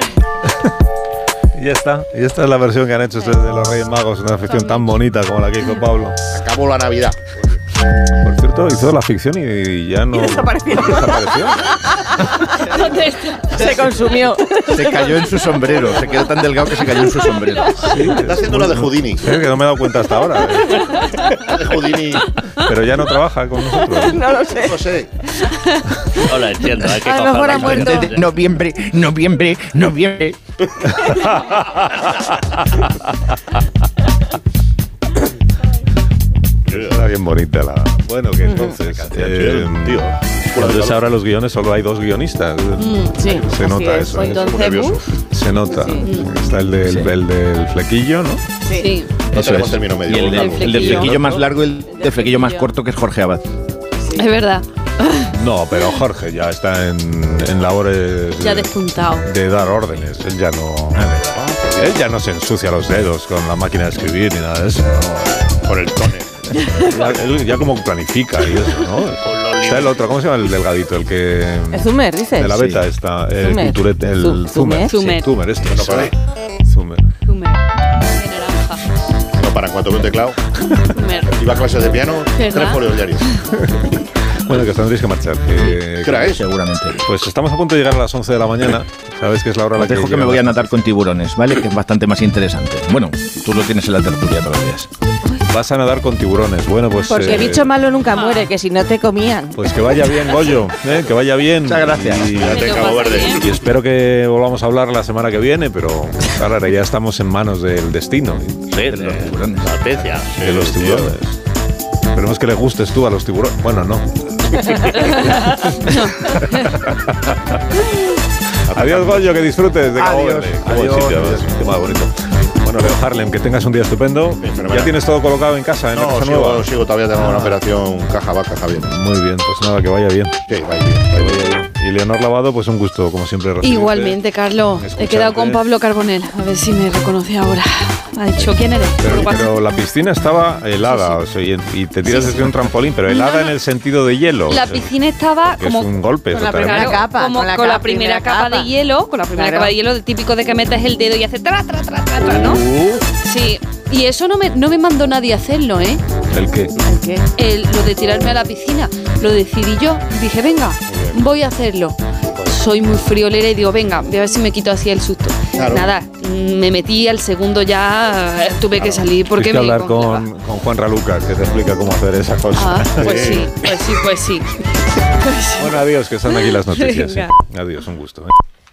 [SPEAKER 1] Y ya está. Y esta es la versión que han hecho ustedes de los Reyes Magos, una ficción tan bonita como la que hizo Pablo.
[SPEAKER 16] Acabó la Navidad.
[SPEAKER 1] Por cierto, hizo la ficción y, y ya no. Desapareció.
[SPEAKER 7] ¿Dónde está?
[SPEAKER 4] Se consumió.
[SPEAKER 6] Se cayó en su sombrero, se quedó tan delgado que se cayó en su sombrero.
[SPEAKER 16] Está haciendo la de Houdini.
[SPEAKER 1] Es pues, que no me he dado cuenta hasta ahora. eh.
[SPEAKER 16] De Houdini.
[SPEAKER 1] Pero ya no trabaja con nosotros.
[SPEAKER 16] No lo sé. No
[SPEAKER 4] Pues
[SPEAKER 16] sé.
[SPEAKER 22] No lo entiendo, hay
[SPEAKER 16] que A lo mejor cogerlo ha y muerto.
[SPEAKER 22] Desde noviembre, noviembre, noviembre.
[SPEAKER 1] Está bien bonita la. Bueno, que entonces. eh, Entonces ahora los guiones solo hay dos guionistas.
[SPEAKER 4] Mm, sí,
[SPEAKER 1] Se
[SPEAKER 4] así
[SPEAKER 1] nota
[SPEAKER 4] es.
[SPEAKER 1] eso.
[SPEAKER 4] Entonces,
[SPEAKER 1] Muy nervioso. Se nota. Está el del, el del flequillo, ¿no?
[SPEAKER 4] Sí.
[SPEAKER 6] Eso
[SPEAKER 1] tenemos
[SPEAKER 6] es.
[SPEAKER 1] término medio,
[SPEAKER 6] Y el,
[SPEAKER 1] por
[SPEAKER 6] del-
[SPEAKER 1] favor.
[SPEAKER 6] el del
[SPEAKER 1] Flequillo.
[SPEAKER 6] flequillo más largo y el del flequillo más corto que es Jorge Abad.
[SPEAKER 2] Es verdad.
[SPEAKER 1] No, pero Jorge ya está en, en labores
[SPEAKER 2] Ya ha
[SPEAKER 1] de,
[SPEAKER 2] despuntado.
[SPEAKER 1] de dar órdenes. Él ya no. Él ya no se ensucia los dedos con la máquina de escribir ni nada de eso. Por el tóner. Ya, él ya como planifica y eso, ¿no? Está el otro, ¿cómo se llama el delgadito? El que.
[SPEAKER 4] Es Zumer, dices.
[SPEAKER 1] De la beta está. El
[SPEAKER 4] Zumer.
[SPEAKER 1] Culturet, el
[SPEAKER 4] Zu-
[SPEAKER 1] Zumer. Sí,
[SPEAKER 4] Zumer. Zumer.
[SPEAKER 1] Zumer, este.
[SPEAKER 4] Eso.
[SPEAKER 1] para Zumer.
[SPEAKER 16] No para cuanto veo un teclado. Iba a clases de piano,
[SPEAKER 2] ¿Verdad?
[SPEAKER 16] tres folios diarios.
[SPEAKER 1] Bueno, que os tendréis que marchar. Que,
[SPEAKER 16] ¿Qué hora es?
[SPEAKER 1] Seguramente. Pues estamos a punto de llegar a las 11 de la mañana. Sabes que es la hora a la
[SPEAKER 6] Os
[SPEAKER 1] que.
[SPEAKER 6] dejo que me
[SPEAKER 1] llegamos.
[SPEAKER 6] voy a nadar con tiburones, ¿vale? Que es bastante más interesante. Bueno, tú lo tienes en la tertulia todos los días.
[SPEAKER 1] Vas a nadar con tiburones. Bueno, pues.
[SPEAKER 4] Porque
[SPEAKER 1] eh,
[SPEAKER 4] bicho malo nunca muere, que si no te comían.
[SPEAKER 1] Pues que vaya bien, Goyo. ¿eh? Que vaya bien. Muchas gracias. Y,
[SPEAKER 4] Gracias, Cabo Verde.
[SPEAKER 1] Y espero que volvamos a hablar la semana que viene, pero claro, ahora ya estamos en manos del destino.
[SPEAKER 22] Sí, de los tiburones.
[SPEAKER 1] de los tiburones. Esperemos que le gustes tú a los tiburones. Bueno, no. Adiós, Goyo, que disfrutes de Cabo Verde. Qué buen sitio, además. Qué más bonito. Bueno, Leo Harlem, que tengas un día estupendo. Ya tienes todo colocado en casa, en la
[SPEAKER 16] No,
[SPEAKER 1] casa
[SPEAKER 16] sigo,
[SPEAKER 1] nueva.
[SPEAKER 16] sigo, todavía tenemos una operación caja vaca, Javier.
[SPEAKER 1] Muy bien, pues nada, que vaya bien. Que vaya bien, Y Leonor Lavado, pues un gusto, como siempre. recibirte.
[SPEAKER 2] Igualmente, Carlos. He
[SPEAKER 1] Escucharte.
[SPEAKER 2] quedado con Pablo Carbonell. A ver si me reconoce ahora. Ha dicho, ¿quién eres?
[SPEAKER 1] Pero,
[SPEAKER 2] Algo así.
[SPEAKER 1] pero la piscina estaba helada o sea, y- y te tiras desde un trampolín, pero helada en el sentido de hielo.
[SPEAKER 2] La
[SPEAKER 1] o sea,
[SPEAKER 2] piscina estaba
[SPEAKER 1] que
[SPEAKER 2] como
[SPEAKER 1] es un golpe.
[SPEAKER 2] con la
[SPEAKER 1] totalmente.
[SPEAKER 2] primera capa, como con la, primera,
[SPEAKER 7] capa- primera
[SPEAKER 2] capa,
[SPEAKER 7] capa.
[SPEAKER 2] de hielo, con la primera
[SPEAKER 7] Claro.
[SPEAKER 2] capa de hielo, el típico de que metes el dedo y hace tra tra tra tra, tra, ¿no? Sí, y eso no me, no me mandó nadie a hacerlo, ¿eh?
[SPEAKER 1] ¿El qué?
[SPEAKER 2] El- lo de tirarme a la piscina, lo decidí yo. Dije, venga, voy a hacerlo. Soy muy friolera y digo, venga, voy a ver si me quito así el susto.
[SPEAKER 1] Claro.
[SPEAKER 2] Nada, mm, me metí al segundo ya, eh, tuve que salir porque
[SPEAKER 1] Tienes que
[SPEAKER 2] me
[SPEAKER 1] hablar con, con Juan Raluca, que te explica cómo hacer esa cosa.
[SPEAKER 2] Ah, pues sí, pues sí, pues sí.
[SPEAKER 1] Bueno, adiós, que están aquí las noticias. sí.
[SPEAKER 2] Venga.
[SPEAKER 1] Adiós, un gusto. ¿eh?